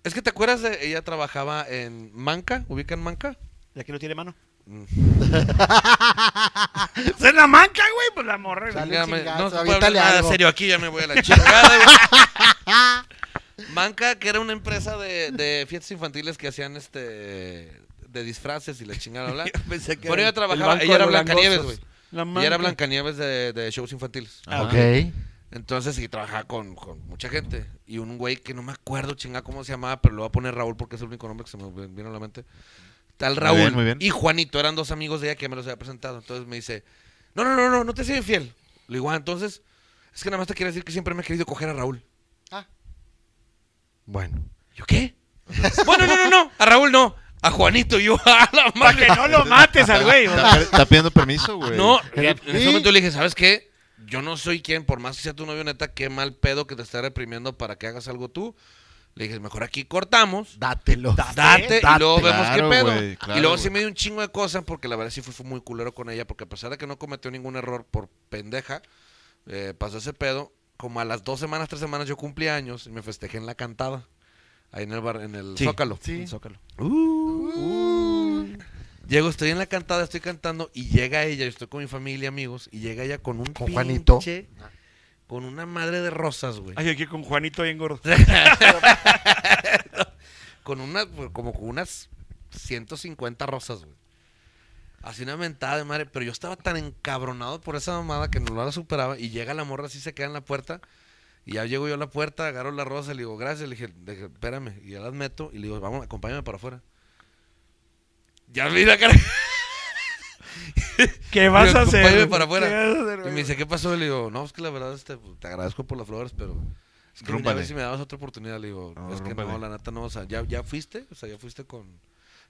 D: es que te acuerdas de ella trabajaba en Manca, ubica en Manca.
A: ¿Y aquí no tiene mano?
D: Mm.
A: [LAUGHS] ¡Se la manca, güey! Pues la morra. güey.
C: Dale
D: Ya
C: un
D: me-
C: chingazo,
D: no se puede hablar
C: aviéntale
D: nada
C: algo.
D: serio aquí, ya me voy a la chingada.
A: [LAUGHS]
D: güey. Manca, que era una empresa de, de fiestas infantiles que hacían este de disfraces y la chingada, bla.
A: [LAUGHS]
D: bla.
A: Pensé
D: Bueno, ella
A: el
D: trabajaba,
A: banco
D: ella era
A: de los
D: Blancanieves,
A: langosos.
D: güey.
A: La
D: Y
A: manca.
D: era Blancanieves de, de shows infantiles.
A: Ah,
C: ok.
D: Entonces, y trabajaba con, con mucha gente. Y un güey que no me acuerdo, chinga, cómo se llamaba, pero lo voy a poner Raúl porque es el único nombre que se me vino a la mente. Tal
B: Muy
D: Raúl
B: bien, muy bien.
D: y Juanito eran dos amigos de ella que me los había presentado. Entonces me dice: No, no, no, no, no te soy infiel. Le digo, ah, entonces, es que nada más te quiero decir que siempre me he querido coger a Raúl.
C: Bueno.
D: ¿Yo
B: [LAUGHS]
D: qué? bueno, no, no, no, a Raúl no. A Juanito, yo [LAUGHS] a la
A: Para [LAUGHS] que
D: madre.
A: no lo mates
D: Ah,
A: al güey. o sea.
B: Está, pe- está pidiendo permiso, güey.
D: No, en
C: Era-
D: en ese momento le dije, ¿sabes qué? Yo no soy quien, por más que sea tu novio, neta, qué mal pedo que te está reprimiendo para que hagas algo tú. Le dije, mejor aquí cortamos,
C: Dátelo.
D: [LAUGHS] date, y
A: date.
D: luego
B: Ah, Claro,
D: vemos qué pedo.
B: güey,
D: y
B: claro,
D: luego sí
B: güey.
D: me dio un chingo de cosas porque la verdad sí fui, fui muy culero con ella porque a pesar de que no cometió ningún error por pendeja, eh, pasó ese pedo. Como a las dos semanas, tres semanas yo cumplí años y me festejé en la cantada. Ahí en el bar, en el
A: Sí.
D: Zócalo.
C: Sí.
A: Zócalo.
D: Mm. Llego, estoy en la cantada, estoy cantando y llega ella, yo estoy con mi familia, amigos, y llega ella con un
C: Con Juanito.
D: pinche- con una madre de rosas, güey.
A: Ay, aquí con Juanito bien gordo.
D: Con unas, pues, como con unas 150 rosas, güey. Así una mentada de madre, pero yo estaba tan encabronado por esa mamada que no la superaba y llega la morra, así se queda en la puerta. Y ya llego yo a la puerta, agarro la rosa, le digo, gracias, le dije, le dije, espérame, y ya las meto, y le digo, vamos, acompáñame para afuera. Ya vi la cara.
A: ¿Qué vas
D: Digo,
A: a hacer?
D: "Acompáñame
A: güey?
D: para afuera".
A: ¿Qué vas a hacer,
D: Y
A: güey?
D: me dice, ¿qué pasó? Y le digo, no, es que la verdad este, pues, te agradezco por las flores, pero... Es que a
B: Rúmpale.
D: ver si me dabas otra oportunidad. Le digo,
B: No,
D: es que
B: rúmpale.
D: no, la neta no, o sea, ¿ya, ya fuiste, o sea, ya fuiste con...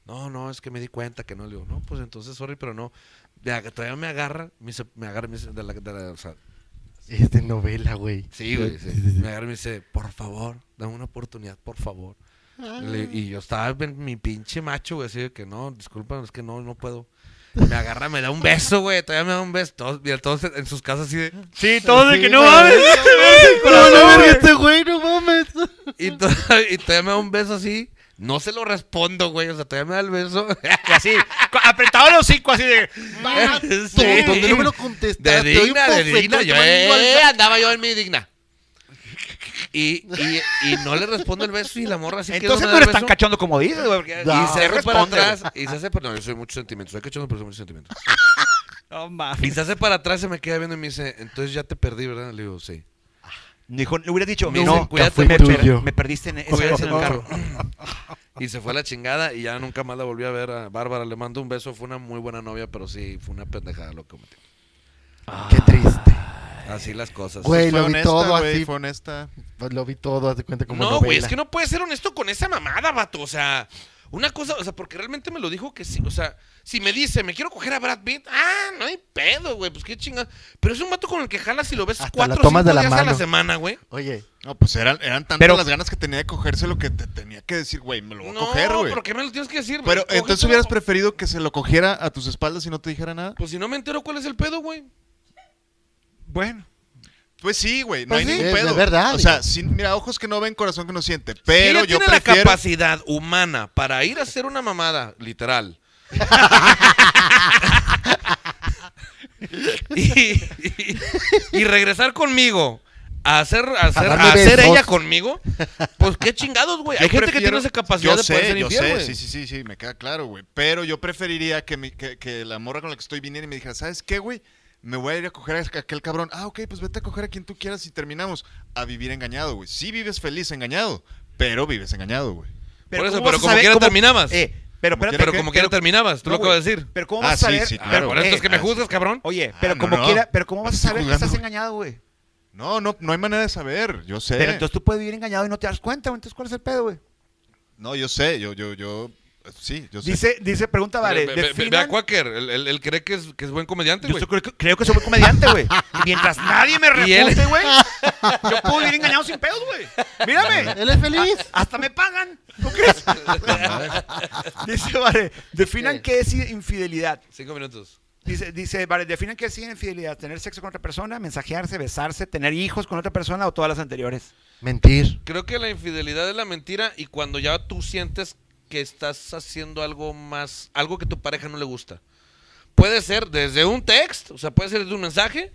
D: No, no, es que me di cuenta que no. Le digo, no, pues entonces, sorry, pero no. De ag- Todavía me agarra, me, dice- me agarra, me dice, de la, de la- o sea,
C: [LAUGHS] Es de novela, güey.
D: sí, güey, sí. me agarra y me dice, por favor, dame una oportunidad, por favor.
A: Ah.
D: Le- y yo estaba en mi pinche macho, güey, así de que no, disculpa, es que no, no puedo. Me agarra, me da un beso, güey, todavía me da un beso. Todos, mira, todos en sus casas así de...
A: Sí, todo de
C: Sí,
A: que no
C: güey.
A: mames.
C: No, no,
A: güey.
C: verga, este güey, no mames.
D: Y, to- [LAUGHS] y todavía me da un beso así. No se lo respondo, güey. O sea, todavía me da el beso.
A: [LAUGHS]
D: [LAUGHS]
A: Y así, co- apretado los cinco así de.
C: [LAUGHS] Vato, ¿Dónde no me lo
D: De
C: contestaste?
D: digna, de
C: Oye,
D: digna.
C: bofetón,
D: Yo
C: te mando
D: eh,
C: al-
D: andaba yo en mi digna. Y, y, y no le respondo el beso y la morra así quedó,
A: Entonces
D: me
A: no
D: da el
A: eres tan
D: beso.
A: cachondo como dices, güey. porque-
C: No.
D: Y se hace para
A: responde,
D: atrás. Y se hace para... No, yo soy mucho sentimiento. Soy cachondo, pero soy mucho sentimiento.
A: No
D: Y
A: mames.
D: se hace para atrás, se me queda viendo y me dice... Entonces ya te perdí, ¿verdad? Le digo, sí.
A: Dijo, le hubieras dicho,
D: Me dicen,
A: no,
D: cuídate
A: me,
C: mucho.
A: per-
C: tuyo.
A: me perdiste en, esa
D: Esa
A: vez
D: vez
A: en el carro.
D: Y se fue a la chingada y ya nunca más la volví a ver a Bárbara. Le mando un beso. Fue una muy buena novia, pero sí, fue una pendejada lo que cometí.
C: Qué triste.
D: Así las cosas.
C: Güey,
B: Fue
C: lo vi
B: honesta,
C: todo
B: güey,
C: así.
B: Fue honesta.
C: Pues Lo vi todo, haz de cuenta como
D: no,
C: novela.
D: güey, es que no puedes ser honesto con esa mamada, vato. O sea, una cosa, o sea, porque realmente me lo dijo que sí. O sea, si me dice, me quiero coger a Brad Pitt, ah, no hay pedo, güey, pues qué chingada. Pero es un vato con el que jalas y lo ves
C: Hasta
D: cuatro
C: la tomas
D: cinco
C: de la
D: días a la
C: mano.
D: semana, güey.
C: Oye,
B: No, pues eran, eran tantas
A: Pero-
B: las ganas que tenía de cogerse lo que te tenía que decir, güey, me lo voy a
D: No,
B: coger, güey.
D: ¿por qué me lo tienes que decir?
B: Pero
D: Cógetelo.
B: entonces hubieras preferido que se lo cogiera a tus espaldas y no te dijera nada.
D: Pues si no me entero, ¿cuál es el pedo, güey?
A: Bueno.
B: Pues sí, güey, no
C: Pues
B: hay
C: sí,
B: ningún
C: es-
B: pedo.
C: es verdad,
B: O sea,
C: digo.
B: sin, mira, ojos que no ven, corazón que no siente.
D: Si
B: Pero
D: ella
B: yo
D: tiene la
B: prefiero.
D: capacidad humana para ir a hacer una mamada, literal. y, y- y regresar conmigo a hacer, a hacer,
C: darme
D: a hacer
C: besos.
D: ella conmigo, pues qué chingados, güey.
B: yo
D: Hay gente que
B: prefiero-
D: tiene esa capacidad
B: yo
D: de poder
B: sé,
D: ser
B: yo
D: infiel,
B: sé,
D: güey.
B: Sí, sí, sí, sí, me queda claro, güey. Pero yo preferiría que, mi- que, que la morra con la que estoy viniera y me dijera, ¿sabes qué, güey? Me voy a ir a coger a aquel cabrón. Ah, ok, pues vete a coger a quien tú quieras y terminamos. A vivir engañado, güey. Sí vives feliz engañado, pero vives engañado, güey.
D: Por eso,
A: ¿cómo vas
D: pero
A: a
D: como
A: saber
D: quiera
A: cómo-
D: terminabas.
A: Eh, pero
B: Como
A: espérate,
D: pero
A: que-
D: como quiera terminabas, tú
A: no,
D: lo acabas de
A: güey,
D: decir.
A: Pero cómo
B: Ah,
A: vas a
B: sí,
A: saber.
B: sí,
A: pero-
B: claro.
D: por eso
A: eh,
D: es que me
B: ah,
D: juzgas, cabrón.
A: Oye,
B: Ah,
A: pero
B: no,
A: como
B: no.
A: quiera, pero cómo vas a
B: Estás
A: saber que
B: jugando,
A: estás
B: güey.
A: engañado, güey.
B: No, no, no hay manera de saber. Yo sé.
A: Pero entonces tú puedes vivir engañado y no te das cuenta, güey. Entonces, ¿cuál es el pedo, güey?
B: No, yo sé, yo, yo, yo. eh, Sí, yo sé.
A: Dice, dice, pregunta, vale.
D: Ve- ve- ve- ve a
A: definan-
D: Quaker, él, él- él cree que es, que es buen comediante,
A: Yo
D: güey.
A: soy- creo, que- creo que soy buen comediante, güey. Y Mientras nadie me
D: [LAUGHS] Y él-
A: repunte, güey, yo puedo vivir engañado sin pedos, güey. Mírame.
C: él es feliz.
A: Hasta me pagan. ¿Tú
B: [LAUGHS]
A: crees? Dice, vale, definan qué es infidelidad.
D: Cinco minutos.
A: Dice, dice, vale, definan qué es infidelidad. Tener sexo con otra persona, mensajearse, besarse, tener hijos con otra persona o todas las anteriores.
C: Mentir.
D: Creo que la infidelidad es la mentira y cuando ya tú sientes que estás haciendo algo más, algo que tu pareja no le gusta. Puede ser desde un text, o sea, puede ser desde un mensaje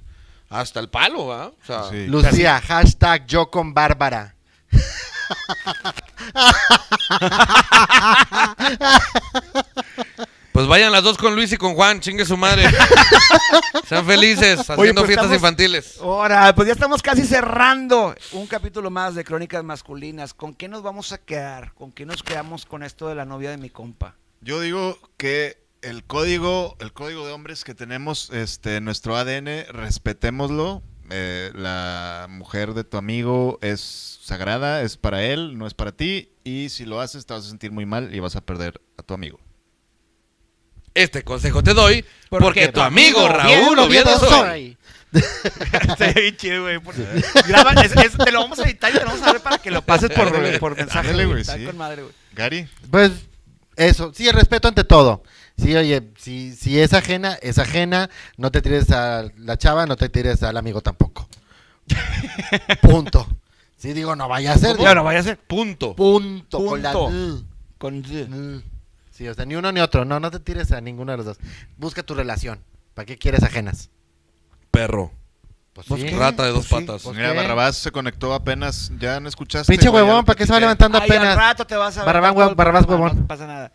D: hasta el palo, ¿va? O sea,
B: Sí.
C: Lucía, hashtag yo con Bárbara.
D: pues vayan las dos con Luis y con Juan, chingue
A: [LAUGHS]
D: su madre. Sean felices haciendo
A: Oye, pues
D: fiestas
A: estamos-
D: infantiles.
A: Ahora, pues ya estamos casi cerrando un capítulo más de Crónicas Masculinas. ¿Con qué nos vamos a quedar? ¿Con qué nos quedamos con esto de la novia de mi [LAUGHS] compa?
B: Yo digo que el código, el código de hombres que tenemos, este, en nuestro ADN, respetémoslo. Eh, la mujer de tu amigo es sagrada, es para él, no es para ti. Y si lo haces, te vas a sentir muy mal y vas a perder a tu amigo.
D: Este consejo te doy
A: ¿Por
D: porque
A: qué?
D: tu amigo
A: Bien,
D: Raúl Oviedo soy.
A: Estaría bien chido, güey. por- Graba, es- es- te lo vamos a editar y te lo vamos a dar para que lo pases por,
B: Ándale,
A: por mensaje.
B: ándale,
A: güey,
B: güey,
A: está
B: sí.
A: con madre, güey.
B: Gary,
C: Pues eso, sí, el respeto ante todo. Sí, oye, si, si es ajena, es ajena. No te tires a la chava, no te tires al amigo tampoco. Punto. Sí, digo, no vaya a ser.
A: Ya no vaya a ser.
D: Punto.
C: punto. Con la-
A: Punto.
C: Mm,
A: Con
C: mm. Sí, o sea, ni uno ni otro. No, no te tires a ninguno de los dos. Busca tu relación. ¿Para qué quieres ajenas?
D: Perro.
C: Pues
A: Pues
C: sí.
A: ¿Qué?
D: Rata de dos
A: Pues sí,
D: patas.
C: pues-
B: mira,
C: qué?
B: Barrabás se conectó apenas. Ya no escuchaste.
C: Pinche
B: güey, ya
C: huevón,
B: lo
C: ¿para qué se va
B: platiqué.
C: levantando
A: Ay, al
C: apenas?
A: rato te vas a...
C: Barrabás
A: aventar
C: huevón, barrabás
A: todo el programa, No
C: huevón.
A: pasa nada.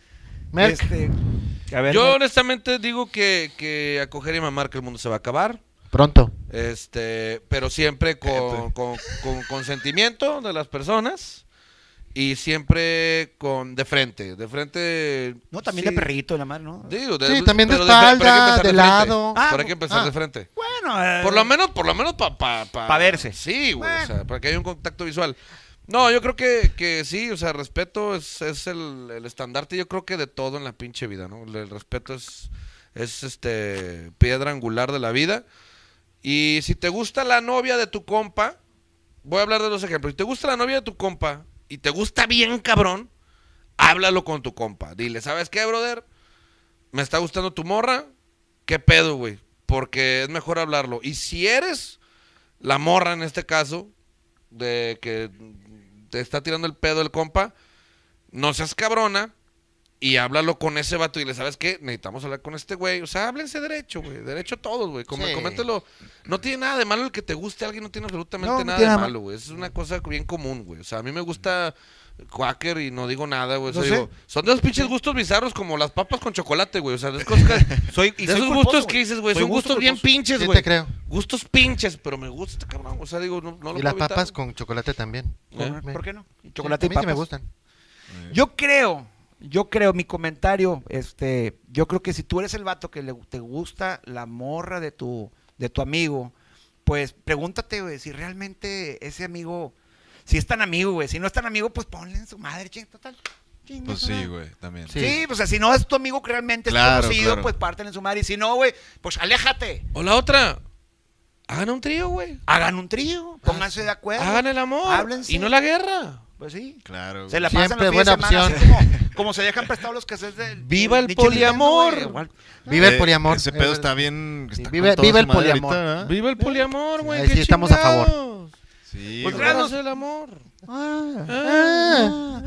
C: Merck.
A: Este, a ver,
D: Yo
A: Merck.
D: honestamente digo que, que acoger y mamar que el mundo se va a acabar.
C: Pronto.
D: Este, pero siempre con, con- con consentimiento de las personas Y siempre con de frente. De frente.
E: No, también
D: sí.
E: de perrito, la madre, ¿no?
D: Digo,
C: Sí, también de
D: pero fre- pero
C: espalda,
D: hay que empezar
C: de
D: frente.
C: lado.
E: Ah,
D: pero hay que empezar
C: ah.
D: de frente.
E: Bueno, eh,
D: Por lo menos, por lo menos para pa, pa-
E: Pa' verse.
D: Sí, güey.
E: Bueno.
D: O sea, para que haya un contacto visual. No, yo creo que, que sí, o sea, respeto es, es el, el estandarte, yo creo que de todo en la pinche vida, ¿no? El, el respeto es, es este piedra angular de la vida. Y si te gusta la novia de tu compa, voy a hablar de dos ejemplos. Si te gusta la novia de tu compa y te gusta bien cabrón, háblalo con tu compa. Dile, ¿sabes qué, brother? Me está gustando tu morra. ¿Qué pedo, güey? Porque es mejor hablarlo. Y si eres la morra en este caso, de que te está tirando el pedo el compa, no seas cabrona y háblalo con ese vato y le sabes qué, necesitamos hablar con este güey. O sea, háblense derecho, güey. Derecho todos, güey. Como,
C: Sí.
D: Coméntelo. No tiene nada de malo el que te guste, alguien no tiene absolutamente
E: No, no
D: nada
E: tiene
D: de
E: nada
D: malo, güey. Es una cosa bien común, güey. O sea, a mí me gusta Quaker y no digo nada, güey. O sea,
E: No sé.
D: digo, son de los pinches gustos bizarros como las papas con chocolate, güey. O sea, es cosa que-
E: Soy,
D: de
E: soy
D: esos
E: culposo,
D: gustos que dices, güey,
E: Soy
D: son
E: gusto
D: gustos bien
E: culposo.
D: pinches,
C: Sí,
D: güey.
C: te creo.
D: Gustos pinches, pero me gusta, este cabrón. O sea, digo, no, no lo
C: Y las papas con chocolate también.
D: ¿Eh?
E: ¿Por qué no?
C: Chocolate
E: Chocolate y
C: a mí sí me
E: papas.
C: gustan.
E: Yo creo, yo creo, mi comentario, este, yo creo que si tú eres el vato que le, te gusta la morra de tu, de tu amigo, pues pregúntate, güey, si realmente ese amigo, si es tan amigo, güey, si no es tan amigo, pues ponle en su madre, ching, total. chinga
B: Pues
E: su
B: sí,
E: madre.
B: güey, también.
E: Sí. pues o sea, si no es tu amigo que realmente
B: Claro,
E: es conocido,
B: claro.
E: pues pártele en su madre. Y si no, güey, pues aléjate.
D: O la otra, hagan un trío, güey.
E: Hagan un trío, pónganse de acuerdo.
D: Ah, Hagan el amor.
E: Háblense.
D: Y no la guerra.
E: Pues sí.
B: Claro. güey.
E: Se la
C: Siempre
E: pasan los fines
C: buena
E: de semana, así como, como se dejan prestados los cassettes del...
D: ¡Viva el
E: del Nintendo,
D: poliamor!
E: güey, igual.
C: Vive el
B: Eh,
C: poliamor.
B: Ese
C: es
B: pedo
C: verdad.
B: está bien. está
C: vive-
B: con toda
C: vive
B: su
C: el
B: madre
C: poliamor.
B: ahorita, ¿verdad?
D: Viva el poliamor, güey.
C: ahí
D: qué
C: sí estamos a favor.
D: chingados.
B: Sí, güey.
E: Pues claro.
D: Háganse el amor.
C: Ah,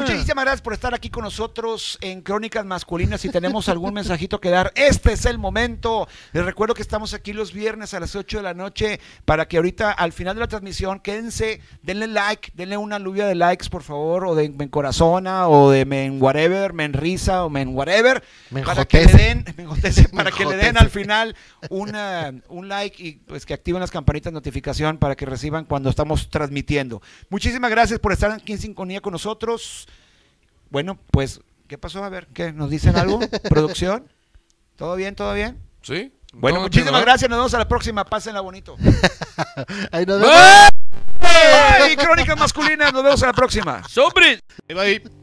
E: Muchísimas gracias por estar aquí con nosotros en Crónicas Masculinas. Si tenemos algún [LAUGHS] mensajito que dar, este es el momento. Les recuerdo que estamos aquí los viernes a las 8 de la noche para que ahorita al final de la transmisión quédense, denle like, denle una lluvia de likes, por favor, o de men corazona, o de men whatever, men risa, o men whatever,
C: Men
E: para que le
C: jotece.
E: den, [LAUGHS] men jotece, para que le den
C: jotece.
E: al final una, un like y pues que activen las campanitas de notificación para que reciban cuando estamos transmitiendo. Muchísimas gracias por estar aquí en sintonía con nosotros. Bueno, pues, ¿qué pasó? A ver, ¿qué? ¿Nos dicen algo? ¿Producción? ¿Todo bien? ¿Todo bien?
D: ¿Sí?
E: Bueno,
D: Todo
E: muchísimas
D: chingón.
E: gracias. Nos vemos a la próxima. Pásenla bonito.
C: Ahí nos vemos.
D: ¡Ah!
E: ¡Ay! Crónicas masculinas. Nos vemos a la próxima.
D: ¡Sobres!
B: Ahí va, ahí.